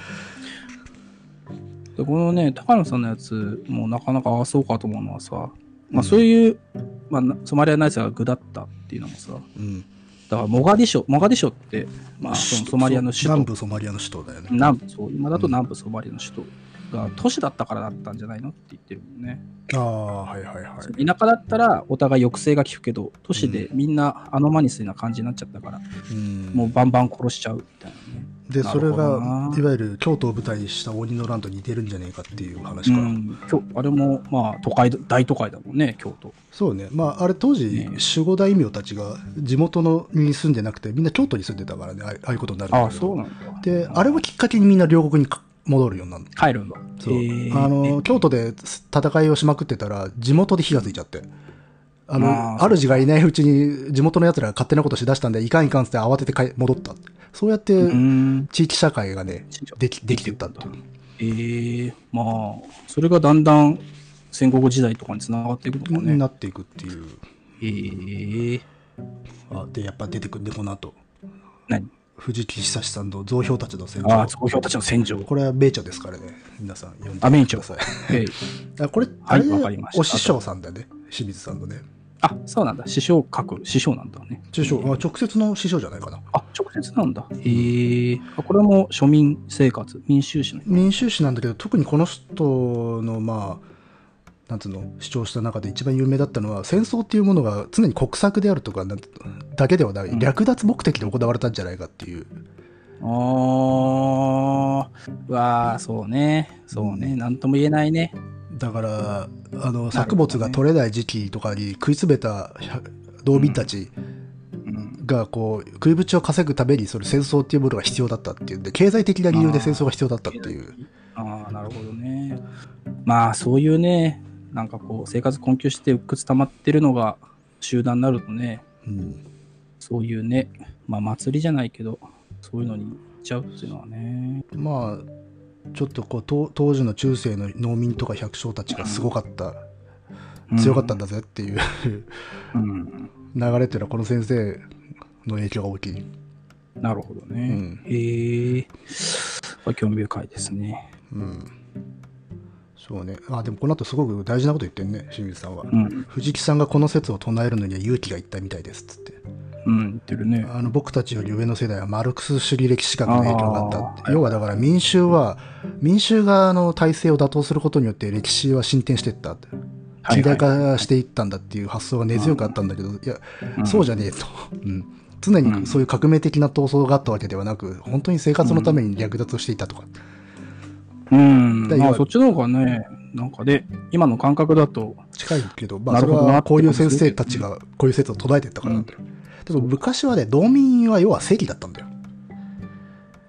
A: で、このね、高野さんのやつもなかなか合わそうかと思うのはさ、まあ、そういう、まあな、ソマリア内戦がぐだったっていうのもさ、
B: うん。
A: だからモガディショ、モガディショって、まあ、そのソマリアの
B: 南
A: 首都、
B: 部ソマリアの首都だよね。
A: 南部、そう、今だと南部ソマリアの首都が都市だったからだったんじゃないのって言ってるもんね。
B: ああ、はいはいはい。
A: そう田舎だったらお互い抑制が効くけど、都市でみんなアノマニスな感じになっちゃったから、
B: うん
A: もうバンバン殺しちゃうみたいなね。
B: で、そ
A: なる
B: れ
A: ほど
B: が
A: ない
B: わゆる京都を舞台にした鬼の乱と似てるんじゃねえかっていう話
A: う
B: から、
A: ん、きょあれもまあ都会だ大都会だもんね、京都。
B: そうね、まあ、あれ当時、
A: ね
B: 守護大名たちが地元のに住んでなくて、みんな京都に住んでたからね、あああいうことになるんだけ
A: あ
B: ど
A: あ、そうなんだ。
B: で、あれをきっかけにみんな両国にか戻るようになる
A: 帰るんだ。
B: そう、
A: えー
B: あの京都で戦いをしまくってたら地元で火がついちゃってあの
A: あー
B: 主がいないうちに地元のやつらが勝手なことしだしたんでいかんいかんっつって慌てて帰戻ったそうやって
A: うん。
B: 地域社会がね、できできていったってい
A: え
B: う
A: ー、まあ、それがだんだん戦国時代とかにつながっていくのかね。
B: なっていくっていう
A: えー、
B: あでやっぱ出てくるんでこの後
A: 何
B: 藤木久志さんの増票たちの戦
A: ああ、
B: 場
A: 雑兵たちの戦場。
B: これは名著ですからね皆さん読んで
A: あ、名
B: く
A: 著
B: だ。さい
A: ええ
B: あこれあ
A: はい
B: れ、
A: わかりました
B: お師匠さんだね清水さんのね
A: あ、そうなんだ。師匠書く。師匠なんだね。
B: 師匠、あ直接の師匠じゃないかな
A: あ、直接なんだ。えー、あこれも庶民生活、民衆史の。
B: 民衆史なんだけど特にこの人のまあなんつうの主張した中で一番有名だったのは戦争っていうものが常に国策であるとかなんてだけではない、
A: うん
B: 略奪目的で行われたんじゃないかっていう
A: あー、うわー、そうね。そうね。なんとも言えないね。
B: だからあの作物が取れない時期とかに食いつめた道民たち
A: うん。
B: がこう食いぶちを稼ぐためにそれ戦争っていうものが必要だったっていうんで経済的な理由で戦争が必要だったっていう
A: ああ、なるほどね。まあ、そういうね、なんかこう、生活困窮して鬱屈溜まってるのが集団になるとね、
B: うん
A: そういうね、まあ、祭りじゃないけど、そういうのに行っちゃうっていうのはね。
B: まあちょっとこう当当時の中世の農民とか百姓たちがすごかった強かったんだぜっていう
A: うん。うん
B: 流れっていうのはこの先生の影響が大きい、
A: なるほど
B: う
A: ね。
B: ん
A: へえ。これ興味深いですね。
B: うん、そうねあでもこの後すごく大事なこと言ってんね清水さんは、
A: うん。
B: 藤木さんがこの説を唱えるのには勇気がいったみたいですっつって
A: うん、言ってるね。
B: あの僕たちより上の世代はマルクス主義歴史学の影響があったって
A: あー
B: 要はだから民衆は民衆側の体制を打倒することによって歴史は進展していったって
A: はい
B: 近
A: はい
B: 代化していったんだっていう発想が根強くあったんだけど、いや、
A: うん
B: そうじゃねえと、うん、常にそういう革命的な闘争があったわけではなく本当に生活のために略奪をしていたとか、
A: うん。
B: だから
A: まあ、そっちの方がね、なんかね、今の感覚だと、
B: 近いけど、まあ、
A: な
B: そ
A: る
B: れ
A: ほどな
B: はこういう先生たちがこういう説を唱えていったからなんだよ、でも昔はね農民は要は正義だったんだよ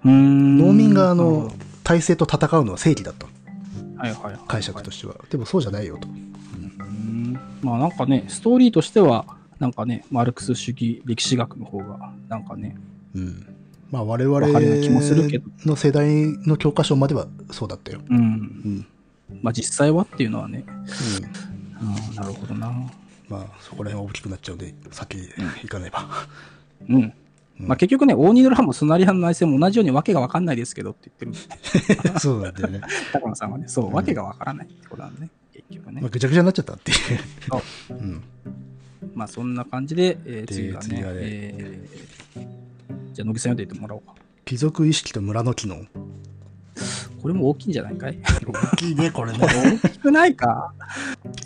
A: うーん。
B: 農民側
A: なるほ
B: の体制と戦うのは正義だったの
A: どはいはいはい。
B: 解釈としては、でもそうじゃないよと
A: うんまあなんかね、ストーリーとしては、なんかね、マルクス主義歴史学の方が、なんかね、
B: うんまあ我
A: わ
B: 々
A: かるような気もするけど
B: の世代の教科書まではそうだったよ、
A: うん、
B: うん
A: まあ実際はっていうのはね、
B: うん
A: うん、なるほどな。
B: まあそこら辺は大きくなっちゃうんで先行かねば、
A: うん。まあ結局ね、オーニドラもソナリアンの内戦も同じようにわけがわかんないですけどって言ってる。
B: そうなんだよね、
A: 高野さんはね、そう、わけがわからないってことなんでね、結局ね
B: まあ、。ぐちゃぐちゃになっちゃったっていう、
A: そう
B: ん、
A: まあそんな感じで、えー
B: で
A: 次はね、
B: 次はね
A: えーじゃあ野木さん読んでいってもらおうか。
B: 貴族意識と村の機能
A: これも大きいんじゃないかい
B: 大きいねこれ
A: これ 大きくないか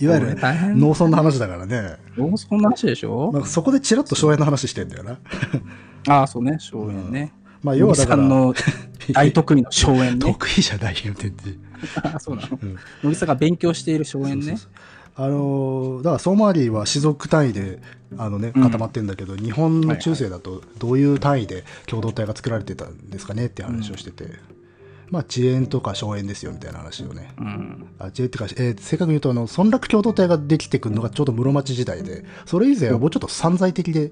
B: いわゆ
A: こ
B: る
A: れ大変。
B: 農村の話だからね、
A: どうそんな話でしょ
B: まあ、そこでちらっと荘園の話してんだよな
A: ああ、そうね、荘園ね。
B: まあ要
A: 要
B: は
A: は
B: だ
A: だ
B: か
A: かららの 大得意の荘園ね。
B: 得意じゃないよ全然
A: あ そうなの
B: うん。
A: 野木さんが勉強している荘園
B: そう
A: ね
B: そう。そうあのーだからソマリは士族単位であの、ね、
A: うん
B: 固まってるんだけど、日本の中世だとどういう単位で共同体が作られてたんですかねって話をしてて、まあ遅延とか荘園ですよみたいな話をね
A: うん。
B: あ遅延ってか、えー正確に言うとあの村落共同体ができてくるのがちょうど室町時代でそれ以前はもうちょっと散在的で、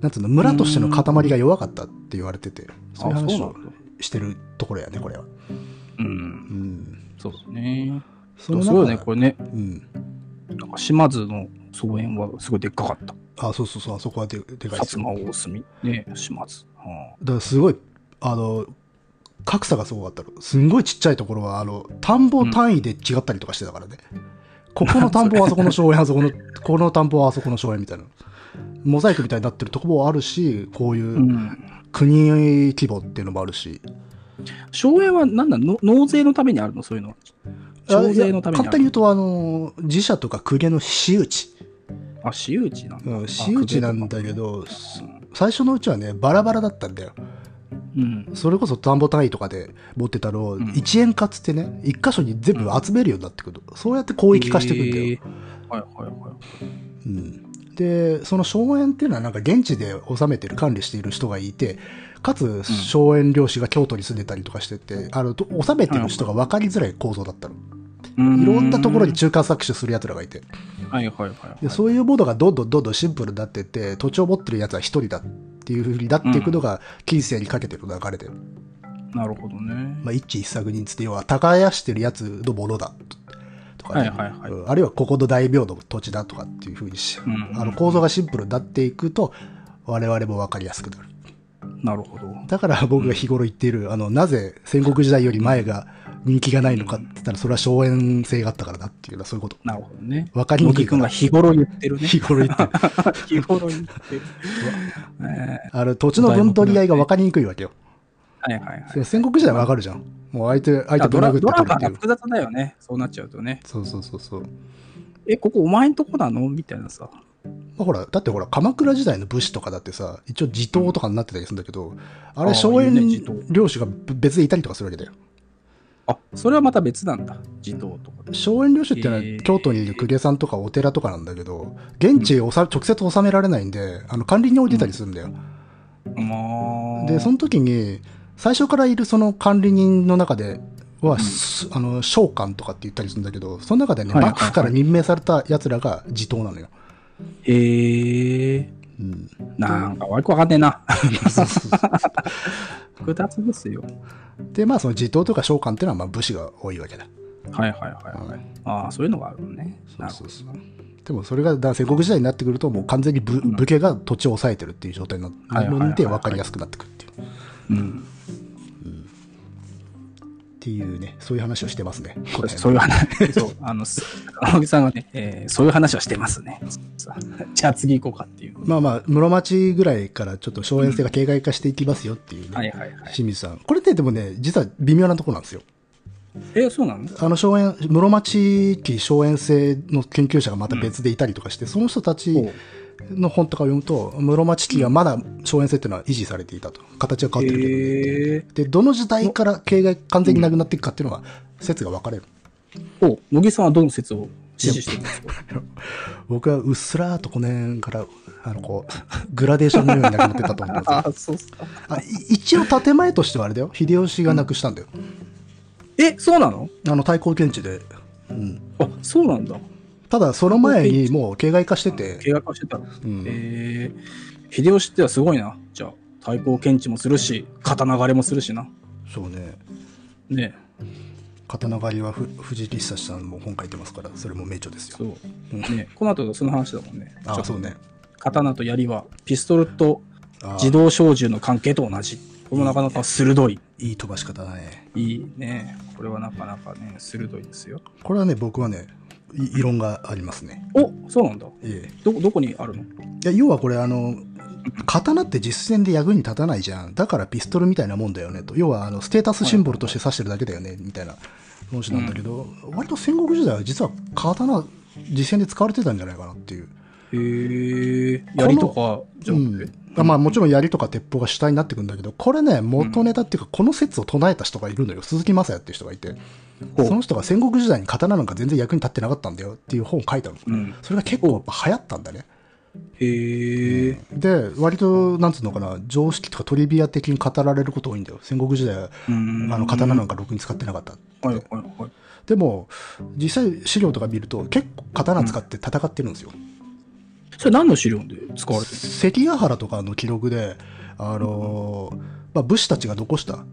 B: なんつうの村としての塊が弱かったって言われててそういう
A: あ
B: 話
A: そう
B: を
A: なんだ
B: してるところやねこれは。
A: うん。
B: うん、
A: そうだね。
B: そ
A: そう
B: の
A: す
B: 中
A: ごいね、これね。
B: うん
A: なんか島津の荘園はすごいでっかかった。
B: あそうそうそうあそこはででかい
A: 薩
B: ですよ
A: 摩大隅、ね、島津。は
B: だからすごいあの格差がすごかったのすんごいちっちゃいところはあの田んぼ単位で違ったりとかしてたからね、ここの田んぼはあそこの荘園あそこのこの田んぼはあそこの荘園みたいなモザイクみたいになってるとこもあるしこうい
A: あ
B: う
A: うん。
B: 国規模っていうのもあるし、
A: 荘園は何なのの納税のためにあるのそういうのは。
B: あ
A: 徴
B: いや
A: 税のためにある
B: 簡単に言うと、あの、自社とか公家の私有地。
A: あ、私有地なんだ。
B: うん、私有地なんだけ
A: う
B: ど、
A: ん
B: 最初のうちはね、バラバラだったんだよ。
A: うん。
B: それこそ田んぼ単位とかで持ってたのを、
A: ん
B: 一円化っつってね、一箇所に全部集めるようになってくる。そうやって広域化していくんだよ。
A: えーはいはいはい。
B: うん、で、その荘園っていうのはなんか現地で収めてる、管理している人がいて、かつ荘園漁師が京都に住んでたりとかしてて、あの、と収めてる人が分かりづらい構造だったの。 いろんなところに中間搾取する奴らがいて。
A: はいはいはいはい。
B: でそういうものがどんどんどんどんシンプルになってって土地を持ってるやつは一人だっていうふうになっていくのが近世にかけての流れで、
A: なるほどね。
B: まあ、一地一作人つって要は耕してるやつのものだとかね、
A: はいはいはい
B: うんあるいはここの大名の土地だとかっていうふうにし、
A: うんうん
B: あの構造がシンプルになっていくと我々も分かりやすくなる
A: なるほど。
B: だから僕が日頃言っている、あのなぜ戦国時代より前が人気がないのかって言ったらそれは荘園性があったからだっていうのはそういうこと
A: なるほどね。
B: 分かりにく
A: 野木
B: い
A: く
B: か
A: んが
B: ら
A: 日頃言って るね。
B: 日頃言ってる
A: 日頃言ってる。え
B: あの土地の分取り合いが分かりにくいわけよ
A: ーはい はいはい。
B: そう戦国時代はわかるじゃん。もう相手、相
A: ド
B: 手ぶ
A: ラ
B: らぐ
A: ド
B: って
A: ラ
B: 取る
A: マ
B: ってい
A: が
B: う。
A: 複雑だよね。そうなっちゃうとね。
B: そうそうそうそう。ま
A: え、ここお前んとこなのみたいなさ。
B: あ、ほら、だってほら、鎌倉時代の武士とかだってさ、一応地頭とかになってたりするんだけど、あ
A: あ
B: れ、
A: ー
B: 荘園
A: いいね地頭
B: 領主が別でいたりとかするわけだよ。
A: あ、それはまた別なんだ。児童とか。
B: 荘園領主ってのは
A: えー
B: 京都にいる公家さんとかお寺とかなんだけど、現地へおさ直接収められないんで、あの管理人置いてたりするんだよ。
A: まあ。
B: で、その時に、最初からいるその管理人の中では、すあの、召喚とかって言ったりするんだけど、その中でね、
A: はいはいはい
B: 幕府から任命された奴らが地頭なのよ。
A: へー。
B: うん
A: なんか、わくわかんねえな。
B: そうそうそう
A: 複雑ですよ。
B: でまあその地頭とか召喚っていうのはまあ武士が多いわけだ、
A: はいはいはいはい。ああ、そういうのがあるのね。
B: そうそうそうでもそれがだから戦国時代になってくるともう完全に武武家が土地を抑えてるっていう状態にな
A: はいはいはいは
B: る
A: い
B: ので分かりやすくなってくるっていう
A: なるほどうん。
B: っていうねそういう話をしてますね
A: そうですそういう 話。そう。あの、す青木さんがね、えーそういう話はしてますね。さじゃあ次行こうかっていう。
B: まあまあ室町ぐらいからちょっと荘園性が形骸化していきますよっていうね、
A: はいはいはい。
B: 清水さんこれってでもね実は微妙なところなんですよ
A: えーそうなの
B: あの荘園室町期荘園制の研究者がまた別でいたりとかして、その人たち
A: おう
B: の本とかを読むと室町期がまだ荘園制っていうのは維持されていたと形は変わってるけどねっていう、
A: えー
B: でどの時代から形が完全になくなっていくかっていうのは説が分かれる、
A: お、野木さんはどの説を支持してるんですか
B: 僕はうっすらーとこの辺からあのこ うグラデーションのようになくなってったと思うんだ
A: あ、そうっすか。
B: あい一応建前としてはあれだよ秀吉がなくしたんだよ、
A: え、そうなの
B: あの対抗検地で、うん、
A: あ、そうなんだ。
B: ただその前にもう形骸化してて、
A: 契約はしてたの。
B: うん
A: えー、秀吉ってはすごいな。じゃあ、対抗検知もするし、肩流れもするしな。
B: そうね
A: ね
B: 刀狩りはふ藤井吉久さんも本書いてますからそれも名著ですよ
A: そう。ねこの後その話だもんね。
B: あそうね
A: 刀と槍は、ピストルと
B: あ
A: 自動小銃の関係と同じ。これもなかなか鋭い。
B: いい飛ばし方だね
A: いいね。これはなかなかね、鋭いですよ。
B: これはね僕はねい異論がありますね
A: おそうなんだ。
B: ええ
A: ど、どこにあるの
B: いや要はこれあの刀って実戦で役に立たないじゃんだからピストルみたいなもんだよねと要はあのステータスシンボルとして指してるだけだよねみたいな文字なんだけど、割と戦国時代は実は刀実戦で使われてたんじゃないかなっていう、
A: へー槍とかじゃ
B: う
A: なく
B: ん
A: て、
B: あまあもちろん槍とか鉄砲が主体になってくんだけどこれね元ネタっていうかこの説を唱えた人がいるのよ鈴木雅也っていう人がいて
A: ほう
B: その人が戦国時代に刀なんか全然役に立ってなかったんだよっていう本を書いたの、
A: うん
B: それが結構やっぱ流行ったんだね
A: へえ、
B: で割となんつうのかな常識とかトリビア的に語られること多いんだよ戦国時代は
A: う
B: あ
A: ん
B: の刀なんかろくに使ってなかった
A: はいはいはい。
B: でも実際資料とか見ると結構刀使って戦ってるんですよ、
A: それ何の資料で使われてる
B: 関ヶ原とかの記録であのーまあ、武士たちが残した
A: の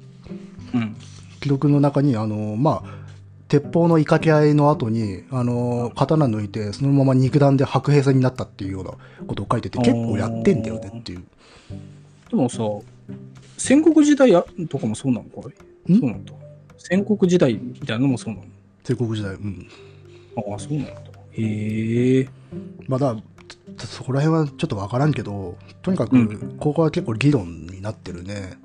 A: うん。
B: 記録の中にあのーまあ鉄砲のいかけ合いの後にあのー刀抜いてそのまま肉弾で白兵戦になったっていうようなことを書いてて結構やってんだよねっていう
A: でもさ、戦国時代やとかもそうなのかい
B: ん
A: そうなんだ。戦国時代みたいなのもそうな
B: 戦国時代うん
A: のああ、そうなんだ。へえ。
B: まあだからちょそこら辺はちょっと分からんけどとにか
A: う
B: くここは結構議論になってるね、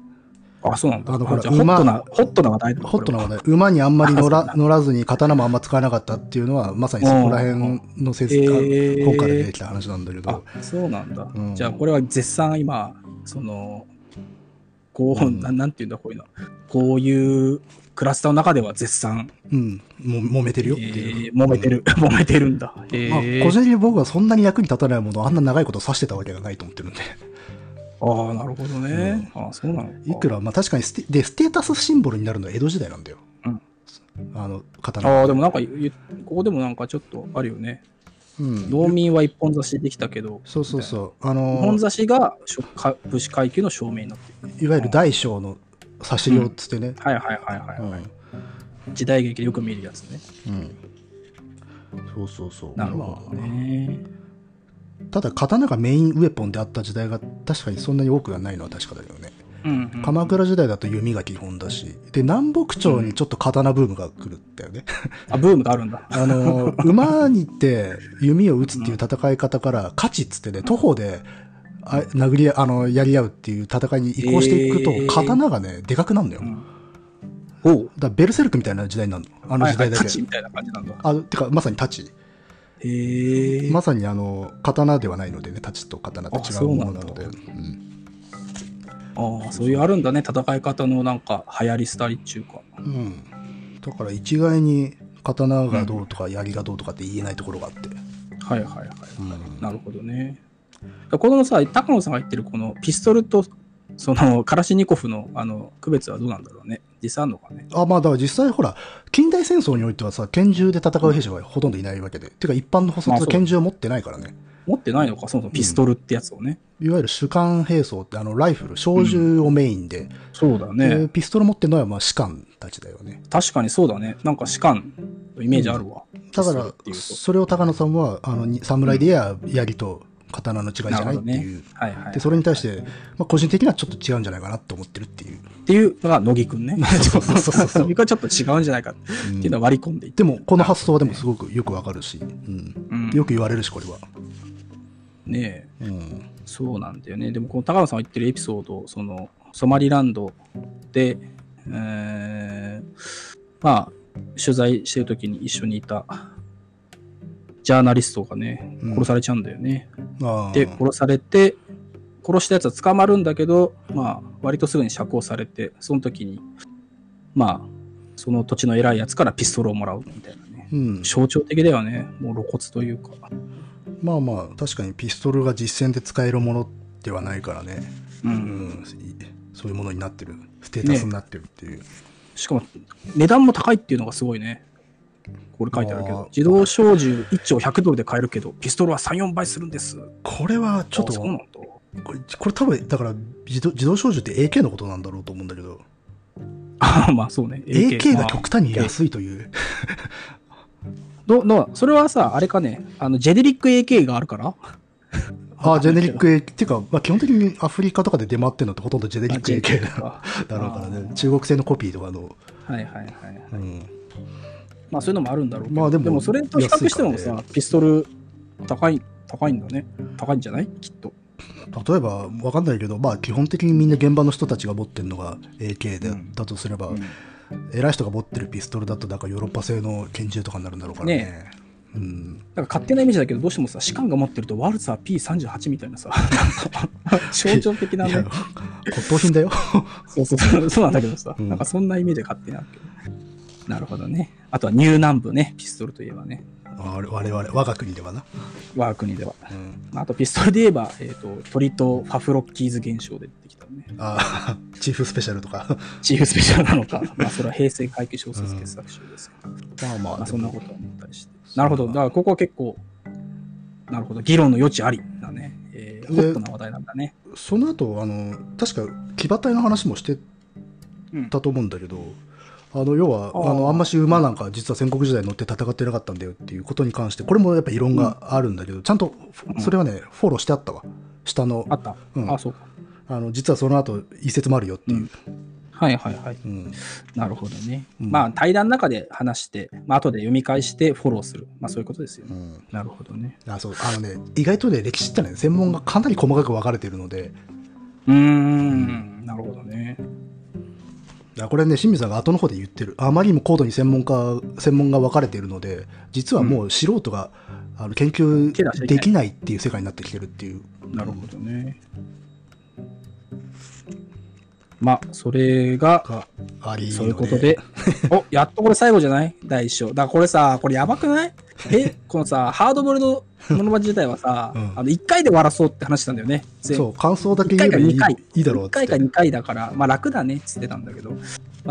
A: ああ、そうなんだ。
B: あのほら
A: じゃあホットな
B: 馬、
A: ホットな話題
B: ホットな話
A: 題。
B: 題。馬にあんまり乗
A: あそう
B: ら
A: な
B: 乗らずに刀もあんま使わなかったっていうのは、まさにそこら辺のせ
A: うん
B: い
A: えー
B: 本から出てきた話なんだけ
A: あ
B: ど、、
A: そうなんだ。
B: うん
A: じゃあ、これは絶賛今、その、こう、
B: うん
A: ななんていうんだ、こういうの。こういうクラスターの中では絶賛、
B: うん、も揉めてるよってい
A: えー
B: う。
A: 揉めてる、揉めてるんだ。え
B: まあ、
A: ー
B: 個人的に僕はそんなに役に立たないものをあんな長いこと指してたわけがないと思ってるんで。
A: ああ、なるほどね。ああそうなのか。
B: いくら、まあ確かにステ、で、ステータスシンボルになるのは江戸時代なんだよ。
A: うん
B: あの、刀。
A: ああ、でもなんかゆ、ここでもなんかちょっとあるよね。
B: うん
A: 農民は一本差しできたけど、
B: そうそうそう。あ
A: 一
B: の
A: 本差しがしょか武士階級の証明になってる、ね。
B: いわゆる大小の差し量っつってね。
A: はいはいはいはい。
B: うん
A: 時代劇でよく見るやつね。
B: うんそうそうそう。
A: なるほど
B: ま
A: ね。
B: あただ、刀がメインウェポンであった時代が確かにそんなに多くはないのは確かだけどね。
A: うんうん
B: 鎌倉時代だと弓が基本だし、で、南北朝にちょっと刀ブームが来るんだよね。
A: あ、ブームがあるんだ。
B: あの、馬に行って弓を打つっていう戦い方から、勝ちっつってね、徒歩で、あ殴り合い、あの、やり合うっていう戦いに移行していくと、
A: えー
B: 刀がね、でかくなるんだよ。
A: う
B: だか
A: ん、おう。
B: らベルセルクみたいな時代になるの。あの
A: はい
B: 時
A: はい、
B: 代だ
A: 太
B: け。
A: 刀みたいな感じなんだ。
B: あ、てか、まさに太刀。
A: へえ。
B: まさにあの、刀ではないのでね、太刀と刀って
A: あ
B: 違
A: そううな
B: もの
A: ん
B: な
A: だ
B: ので。うん
A: ああ、そういうあるんだね。戦い方のなんか、流行り廃りっちゅうか。
B: うん。だから一概に、刀がどうとか、槍がどうとかって言えないところがあって。
A: はいはいはい。
B: うん
A: なるほどね。このさ、高野さんが言ってるこのピストルとそのカラシニコフのあの区別はどうなんだろうね。実際あるのかね。
B: あまあだから実際ほら近代戦争においてはさ拳銃で戦う兵士はほとんどいないわけで、てか一般の補
A: まあ
B: 卒
A: そ
B: は
A: う
B: 拳銃を持ってないからね、
A: 持ってないのか、そもそもピストルってやつをね。
B: いわゆる主観兵装ってあのライフル小銃をメインで、
A: そうだ
B: で
A: ね。
B: ピストル持ってるのはまあ士官たちだよね
A: 確かにそうだね。なんか士官のイメージあるわ。
B: だ
A: ピストル
B: か
A: ってい
B: ら
A: うと
B: それを高野さんはあのに侍でや槍と刀の違いじゃ
A: なるほ
B: ないっ
A: どね
B: ていう、。
A: はいはいはい。
B: でそれに対して、まあ、個人的にはちょっと違うんじゃないかなと思ってるっていう、
A: っていうのが乃木くんね。
B: そうそ うそうそう
A: 乃木くんはちょっと違うんじゃないかって
B: うん
A: いうのは割り込んでいって。
B: でもこの発想はでもすごくよくわかるし、うん
A: うん
B: よく言われるしこれは、
A: ねえ。
B: うん
A: そうなんだよね。でもこの高野さんが言ってるエピソード、そのソマリランドで、えーまあ、取材してる時に一緒にいたジャーナリストがね、
B: うん
A: 殺されちゃうんだよね。
B: あー
A: で、殺されて、殺したやつは捕まるんだけど、まあ、割とすぐに釈放されて、その時に、まあ、その土地の偉いやつからピストルをもらうみたいなね。
B: うん、
A: 象徴的だよね。もう露骨というか。
B: まあまあ確かにピストルが実戦で使えるものではないからね、
A: う。
B: うんん、そういうものになってるステータスになってるっていう、
A: しかも値段も高いっていうのがすごいね。これ書いてあるけ
B: あー
A: ど、自動小銃1丁100ドルで買えるけど、ピストルは3、4倍するんです。
B: これはちょっ
A: あ
B: と
A: そうなんだ。
B: これこれ多分だから自動自動小銃って AK のことなんだろうと思うんだけど
A: あーまあそうね。
B: AK,
A: ま
B: が
A: あ
B: 極端に安いという、
A: どのそれはさ、あれかね、あのジェネリック AK があるから、
B: ああジェネリック AK っていうか、まあ、基本的にアフリカとかで出回ってるのってほとんどジェネリック AK だ
A: あ
B: だろうからね
A: あー
B: 中国製のコピーとかの、
A: はいはいはい。
B: うん、
A: まあそういうのもあるんだろうけど、
B: まあでも
A: それと比較しても
B: 安いか
A: さ、
B: らね
A: ピストル高い、高いんだね。高いんじゃないきっと。
B: 例えばわかんないけど、まあ、基本的にみんな現場の人たちが持ってるのが AK で、
A: うん
B: だとすれば、
A: うん
B: 偉い人が持ってるピストルだとなんかヨーロッパ製の拳銃とかになるんだろうからねうん、
A: なんか勝手なイメージだけど、どうしてもさ、士官が持ってるとワルツァー P38 みたい なさ、 なんか象徴的ない
B: や
A: ね
B: 骨。董品だよ
A: そうそうそう、そうなんだけどさ、
B: うん
A: なんかそんなイメージで勝手なんだけど。なるほどね。あとはニュー南部ね、ピストルといえばね、
B: 我々我が国ではな、
A: 我が国では。
B: うん、
A: あとピストルで言えば、えっ、と、鳥とファフロッキーズ現象で出てきたね。
B: あーチーフスペシャルとか
A: チーフスペシャルなの か、まあそれは平成階級小説傑作集ですけど、
B: まあまあ
A: まあ
B: で
A: そん
B: も
A: なことは思ったりして。なるほど、だからここは結構、なるほど、議論の余地ありだね。えー、ホ
B: で
A: ットな話題なんだね。
B: その後あの確か騎馬隊の話もして
A: うん
B: たと思うんだけど、あの要は
A: あー
B: あのあんまし馬なんか実は戦国時代に乗って戦ってなかったんだよっていうことに関してこれもやっぱ異論があるんだけど、ちゃんと
A: うん
B: それはねフォローしてあったわ下の
A: あった、
B: うん
A: あ、そうか。
B: あの実はその後一説もあるよっていう、
A: はいはいはい。
B: うん
A: なるほどね。
B: うん
A: まあ対談の中で話して、まあ後で読み返してフォローする。まあそういうことですよね。
B: うん
A: なるほどね。
B: あそうあのね意外とね歴史ってね専門がかなり細かく分かれてるので
A: うーん、なるほどね。
B: やこれね清水さんが後の方で言ってるあまりにも高度に専門家専門が分かれているので実はもう素人が、あの研
A: 手出しちゃ
B: 究
A: いけ
B: で
A: ない
B: きないっていう世界になってきてるっていう
A: なるほどね。まあ、それが、
B: がありの
A: そういうことで。 お、やっとこれ最後じゃない第一章。だからこれさ、これやばくないえ、このさ、ハードボイルドモノマジ自体はさ、
B: うん
A: あの、1回で終わらそうって話したんだよね。前
B: そう感想だ
A: 1
B: け言え
A: 回
B: ば
A: か
B: いい
A: 2回。
B: いいだろうっ
A: 1
B: つっ
A: 回
B: て
A: か2回だから、まあ楽だねっつってたんだけど、ま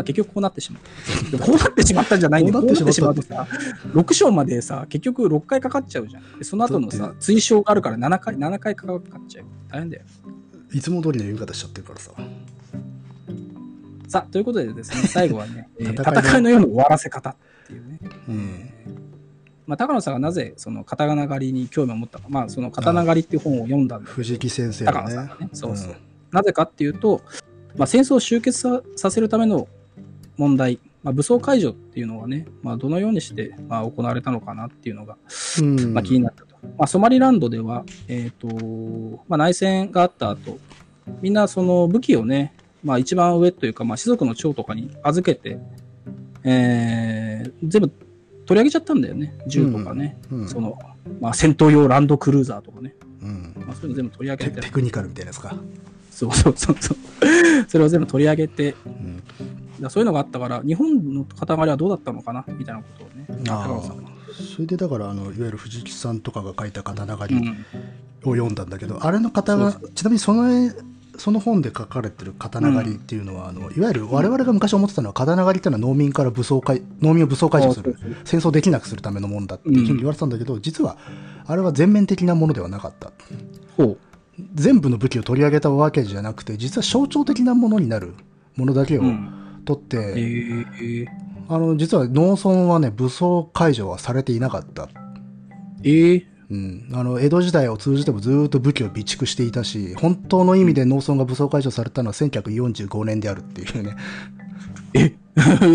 A: あ結局こうなってしまった。でもこうなってしまったんじゃないんだよ。
B: こ
A: こ
B: う
A: う
B: な
A: な
B: っ
A: ってて
B: し
A: し
B: ま
A: ま
B: っ
A: う
B: た
A: とさ、6章までさ、結局6回かかっちゃうじゃん。でその後の
B: だっ
A: さ、追章があるから7回、7回かかっちゃう。大変だよ。
B: いつも通りの言い方しちゃってるからさ
A: さあ、ということでです ね、最後はね、えー
B: 戦いの
A: 戦いのような終わらせ方っていうね。
B: うん
A: まあ、高野さんがなぜその刀狩りに興味を持ったか、まあ、その刀狩りっていう本を読んだんだ
B: 藤木先生
A: 高
B: の
A: 野さん
B: ね
A: がね。そうそう。
B: うん
A: なぜかっていうと、まあ、戦争を終結ささせるための問題、まあ、武装解除っていうのはね、まあ、どのようにしてまあ行われたのかなっていうのが、
B: うん
A: まあ、気になったと。まあ、ソマリランドでは、えーとまあ、内戦があった後、みんなその武器をね、まあ、一番上というか、まあ、士族の長とかに預けて、えー全部取り上げちゃったんだよね、銃とかね、
B: うん
A: そのまあ、戦闘用ランドクルーザーとかね、
B: うん
A: まあ、そういうの全部取り上
B: テ
A: げて
B: テ、クニカルみたいなやつか、
A: そうそうそうそう、 それを全部取り上げて、
B: うん、
A: だからそういうのがあったから、日本の塊はどうだったのかなみたいなことをね、
B: あー
A: 高野さんが。
B: それでだからあのいわゆる藤木さんとかが書いた刀
A: う
B: 狩り
A: ん
B: を読んだんだけどあれの刀
A: そ
B: がちなみにその絵その本で書かれてる刀狩りっていうのは、あのいわゆる我々が昔思ってたのは刀狩りっていうのは農民から武装解農民を武装解除する
A: そうそう
B: 戦争できなくするためのものだっていうふうに言われてたんだけど、実はあれは全面的なものではなかった
A: ほう
B: 全部の武器を取り上げたわけじゃなくて実は象徴的なものになるものだけを
A: うん
B: 取って、
A: えー
B: あの実は農村はね武装解除はされていなかった
A: えー
B: うん、あの江戸時代を通じてもずーっと武器を備蓄していたし本当の意味で農村が武装解除されたのは1945年であるっていうね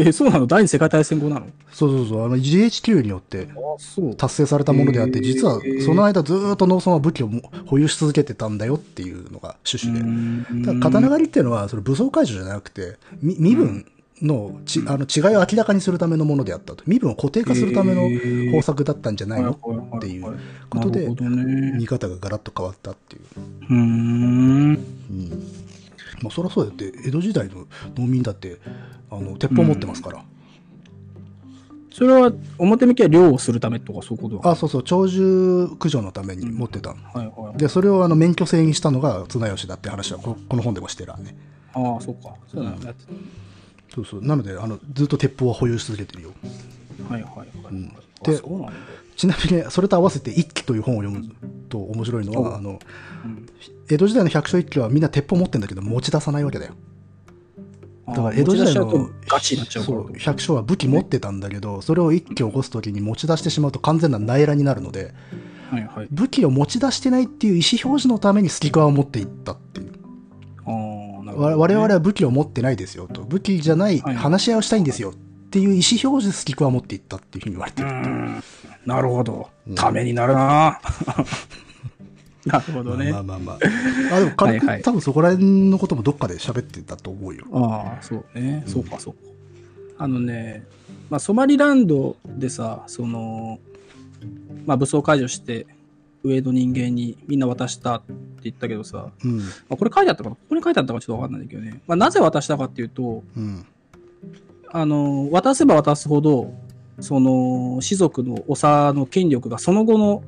A: え そうなの第二次世界大戦後なの
B: そうそうそうあの GHQ によって
A: あそう
B: 達成されたものであって
A: へー
B: 実はその間ずーっと農村は武器をも保有し続けてたんだよっていうのが趣旨でただ刀狩りっていうのはそれ武装解除じゃなくてみ身分のちあの違いを明らかにするためのものであったと身分を固定化するための方策だったんじゃないのっていうことで
A: なるほどね
B: 見方がガラッと変わったっていう。
A: うーん
B: うんまあ、そりゃそうだって江戸時代の農民だってあの鉄砲持ってますから、
A: それは表向きは漁をするためとかそういうことなの
B: あそうそう鳥獣駆除のために持ってた、
A: はいはい
B: でそれをあの免許制にしたのが綱吉だって話はここの本でもしてるわね
A: ああそうかそうなのやって
B: そうそうなのであのずっと鉄砲は保有し続けてるよ
A: たはいはいはい
B: ん
A: あ
B: で
A: そうなんだ
B: ちなみにそれと合わせて「一揆」という本を読むと面白いの
A: お
B: はあの
A: うん
B: 江戸時代の百姓一揆はみんな鉄砲持ってんだけど持ち出さないわけだよ
A: あー
B: だから江戸時
A: 持ち出し
B: 代の
A: ちゃうとガチになっちゃうから
B: そう百姓は武器持ってたんだけどそれを一揆起こす時に持ち出してしまうと完全な内乱になるので
A: はいはい
B: 武器を持ち出してないっていう意思表示のためにスキカワを持っていったっていう
A: ああなるほど
B: わ
A: ね
B: 我々は武器を持ってないですよと武器じゃない
A: はい
B: 話し合いをしたいんですよっていう意思表示でスキカワを持っていったっていうふうに言われて
A: う
B: る、
A: んなるほど
B: うん
A: ためになるな なるほどね
B: まあまあまあ、まあ、あでも軽く
A: はいはい
B: 多分そこら辺のこともどっかで喋ってたと思うよ
A: ああ、そうね。
B: うん
A: そうか、そうか。あのね、まあ、ソマリランドでさ、その、まあ、武装解除して、上の人間にみんな渡したって言ったけどさ、ま
B: うん
A: あ、これ書いてあったかなここに書いてあったかちょっとわかんないんだけどね。まあ、なぜ渡したかっていうと、
B: うん
A: あの、渡せば渡すほど、その、士族の長の権力がその後の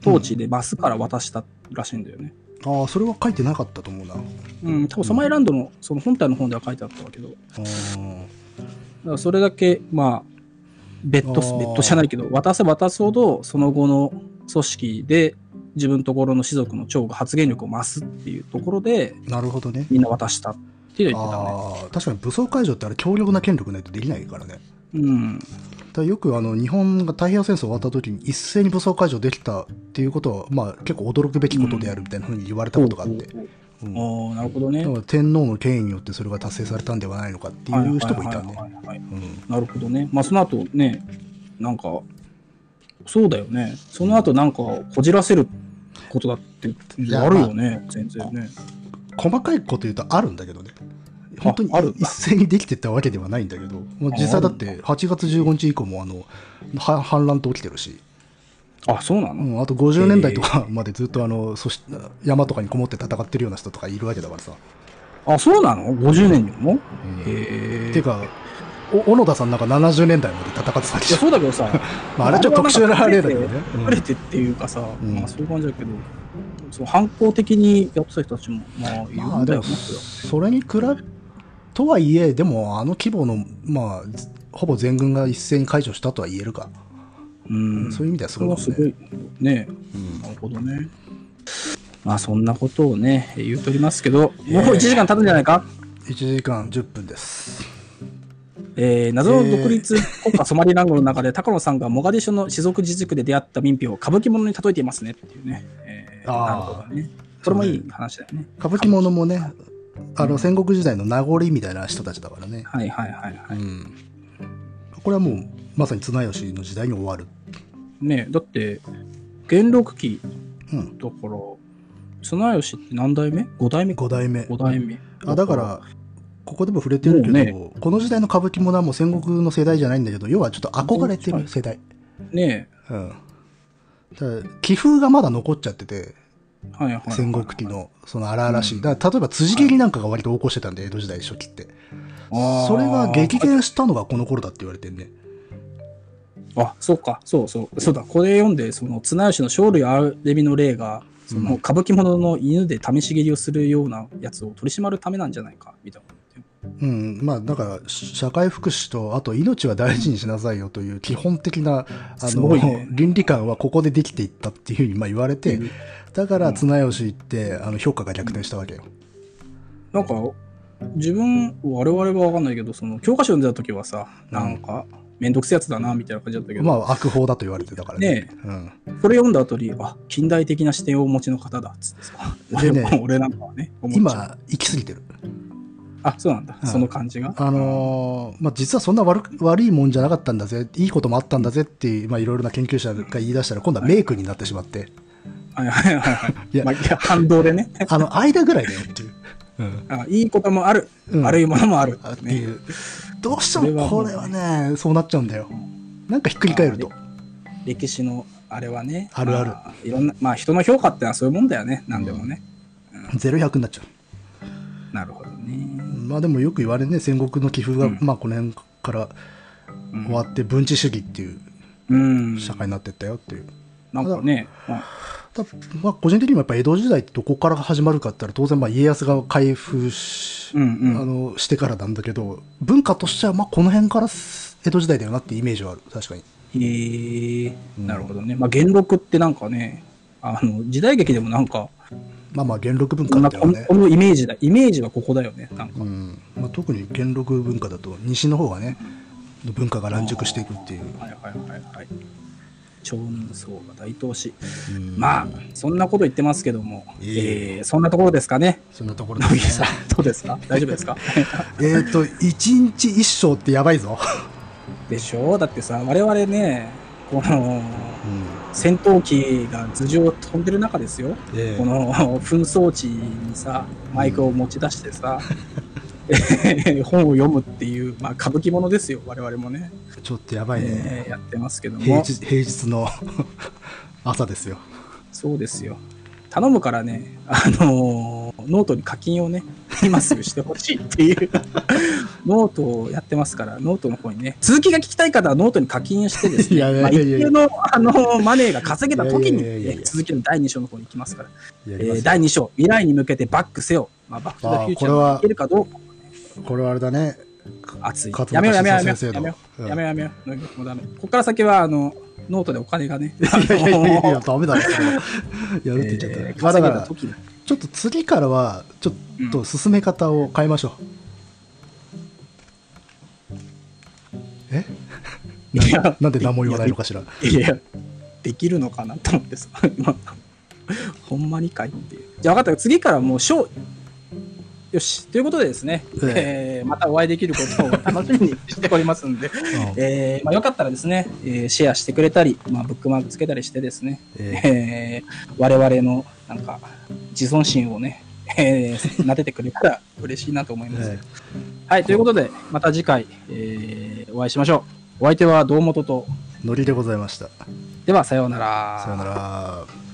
A: 統治で増すから渡したらしいんだよね。
B: ああそれは書いてなかったと思うなあ
A: うん、多分ソマリランドのその本体の本では書いてあったわけど、
B: ー
A: だからそれだけ、まあ、ベッド
B: あ
A: ス、
B: ー
A: ベッドじゃないけど、渡せば渡すほど、その後の組織で、自分のところの士族の長が発言力を増すっていうところで、
B: なるほどね
A: みんな渡したっていうのを言って
B: ああ確かに武装解除ってあれ強力な権力ないとできないからね
A: たね。うん。
B: だからよくあの日本が太平洋戦争終わった時に一斉に武装解除できたっていうことは、まあ、結構驚くべきことであるみたいなふうに言われたことがあって、うんだ
A: ああ、なるほどね。
B: から天皇の権威によってそれが達成されたんではないのかっていう人もいた
A: は
B: ね
A: いはいはいはいはい
B: うん
A: なるほどね。まあ、その後ね、なんか、そうだよね。その後なんか、こじらせることだって
B: いや
A: あるよね、全然ね。
B: 細かいこと言うとあるんだけどね本当に
A: あるんだ
B: 一斉にできてったわけではないんだけど、まあ、実際だって8月15日以降もあのは反乱って起きてるし、
A: あ、そうな
B: う
A: の、
B: ん、あと50年代とかまでずっとあのそし山とかにこもって戦ってるような人とかいるわけだからさ。
A: あ、そうなの ?50 年にも、
B: うん
A: へえ
B: ていうかお小野田さんなんか70年代まで戦ってたで
A: い
B: し
A: や
B: ょ、
A: そうだけどさ
B: まああれちょっと特殊な例だけどねうん
A: 晴れてっていうかさ、
B: ん
A: まあそういう感じだけど、そう反抗的にやってた人たちも、まあ、いるんだよ
B: まあで
A: な
B: もそれに比べとはいえでもあの規模のまあずほぼ全軍が一斉に解除したとは言えるか、
A: うん、
B: そういう意味ではす
A: それ
B: ご
A: はいす
B: よ
A: ご
B: ね
A: いね。なるほどね。まあそんなことをね、言うとりますけど、もう1時間経つんじゃないか、
B: 1時間10分です
A: えー謎の独立国家ソマリランドの中で、高野さんがモガディショの士族自治区で出会った民兵を歌舞伎物に例えていますねっていうね。えー
B: あー
A: なるほどね。それもいい話だよね。
B: 歌舞伎者もねあの戦国時代の名残みたいな人たちだからね、
A: はいはいはいは
B: う
A: い。
B: ん、これはもうまさに綱吉の時代に終わる、
A: ねだって、元禄期
B: うん、
A: だから、綱吉って何代目 ?5 代目か。
B: 5代目
A: 5代目。
B: あだから、ここでも触れてるけど、
A: もうね
B: この時代の歌舞伎もなもう戦国の世代じゃないんだけど要はちょっと憧れてる世代、
A: ね
B: うん、ただ気風がまだ残っちゃってて
A: はいはい。
B: 戦国期のその荒々しい、だから例えば辻斬りなんかが割と横行してたんで江戸時代初期って
A: あー
B: それが激減したのがこの頃だって言われてんね
A: あ、そうか、そうそう、そうだ、これ読んで、その、綱吉の生類あるれみの例が、その、
B: うん
A: 歌舞伎者の犬で試し蹴りをするようなやつを取り締まるためなんじゃないか、みたいな。
B: うんまあだから社会福祉とあと命は大事にしなさいよという基本的なあ
A: す
B: の、
A: ごいね
B: 倫理観はここでできていったっていうふうにまあ言われて、
A: うん
B: だから綱吉ってあの評価が逆転したわけよ、
A: なんか、自分、我々は分かんないけど、その、教科書読んでた時はさ、なんか、めんどくせえやつだな、みたいな感じだったけど、
B: まあ悪法だと言われてたからね
A: ね
B: うん、
A: これ読んだ後に、あ、近代的な視点をお持ちの方だ、っつってさ、
B: で ね
A: 俺なんかはね、思っちゃう、
B: 今行き過ぎてる
A: あ、そうなんだ、
B: うん
A: その感じが。
B: あのーまあ、実はそんな悪く悪いもんじゃなかったんだぜいいこともあったんだぜっていうまあいろいろな研究者が言い出したら今度はメイクになってしまって、
A: はいはいはいはいい。
B: や
A: まあ、反動でね。
B: あの間ぐらいだよっていう、うん
A: あいいこともある、
B: うん
A: 悪いものもある、
B: あって
A: ね
B: いうどうしてもこ
A: こ
B: れ
A: れ
B: は
A: は
B: ねそうなっちゃうんだよなんかひっくり返ると
A: 歴史のあれはね
B: あるある
A: まいろんなまあ人の評価ってのはそういうもんだよね何でもね、
B: 0100になっちゃ
A: なるほどね
B: うまあでもよく言われるね戦国の棋風が、
A: うん
B: まあこの辺から終わって分治主義っていう
A: うん
B: 社会になってったよっていう、
A: なんかね、まあ、
B: たまあ個人的にもやっぱ江戸時代ってどこから始まるかって言ったら当然まあ家康が開封し,、
A: うんうん
B: あのしてからなんだけど文化としてはまあこの辺から江戸時代だよなってイメージはある確かに
A: へえなるほどねまあ元禄ってなんかねあの時代劇でもなんか
B: まあまあ元禄文
A: こん
B: 化
A: な
B: っていうの
A: こ
B: は
A: の
B: ね
A: このイメージだイメージはここだよねなんか
B: うんまあ、特に元禄文化だと西の方がね文化が乱熟していくっていう、
A: はいはいはいはい町人層が大投資
B: うん
A: まあそんなこと言ってますけども、
B: いえ
A: えーそんなところですかね
B: そんなところで
A: 野
B: すね
A: 木さんどうですか大丈夫ですか
B: えっと一日一生ってやばいぞ、
A: でしょだってさ我々ねこの
B: うん
A: 戦闘機が頭上を飛んでる中ですよ、
B: ええ
A: この紛争地にさマイクを持ち出してさ、 本を読むっていう、まあ、歌舞伎ものですよ我々もね、
B: ちょっとやばいね、
A: えーやってますけど
B: 平
A: も
B: 日平日の朝ですよ
A: そうですよ頼むからね、あのーノートに課金をね、 今すぐしてほしいっていう、 ノートをやってますから、ノートの方にね、続きが聞きたい方はノートに課金してです
B: い
A: ね、
B: やいやい
A: ま
B: や
A: あ
B: いや
A: 一定の、あのーマネーが稼げた時に
B: いやいやいやい
A: ね、
B: や
A: 続きの第2章の方に行きますから、
B: や
A: え
B: りますよ
A: ー第2章、未来に向けてバックせよ、まあ、バックトゥザフューチャーがいけるかどうか、
B: これはあれだね
A: 熱い
B: 勝。俣
A: やめようやめようやめよ
B: 先
A: う
B: 生
A: や
B: の
A: めよう
B: うん
A: やめようやめよう、もうダメ。ここから先は、あの、ノートでお金がね、あの
B: いやいやいやいや
A: ー
B: ダメだろそれはやるって言っちゃった、
A: えー
B: まあ
A: 稼
B: だか
A: げた
B: ら
A: 時だ。
B: ちょっと次からはちょっと進め方を変えましょう、え
A: いや
B: なんで何も言わないのかしら
A: いや、できるのかなと思ってさ、今、 ほんまにかいっていう。じゃあ分かった、次からもう章、よし、ということでですね、
B: え
A: え
B: え
A: ーまたお会いできることを 楽しみにしておりますんで、えーまあ、よかったらですね、えーシェアしてくれたり、まあ、ブックマークつけたりしてですね、え
B: え
A: ー我々のなんか自尊心をね、えー、撫でてくれたら嬉しいなと思います。
B: は
A: はいい、ということで、また次回、えーお会いしましょう。お相手は堂本と、
B: ノリでございました。
A: では、さようなら。
B: さよなら。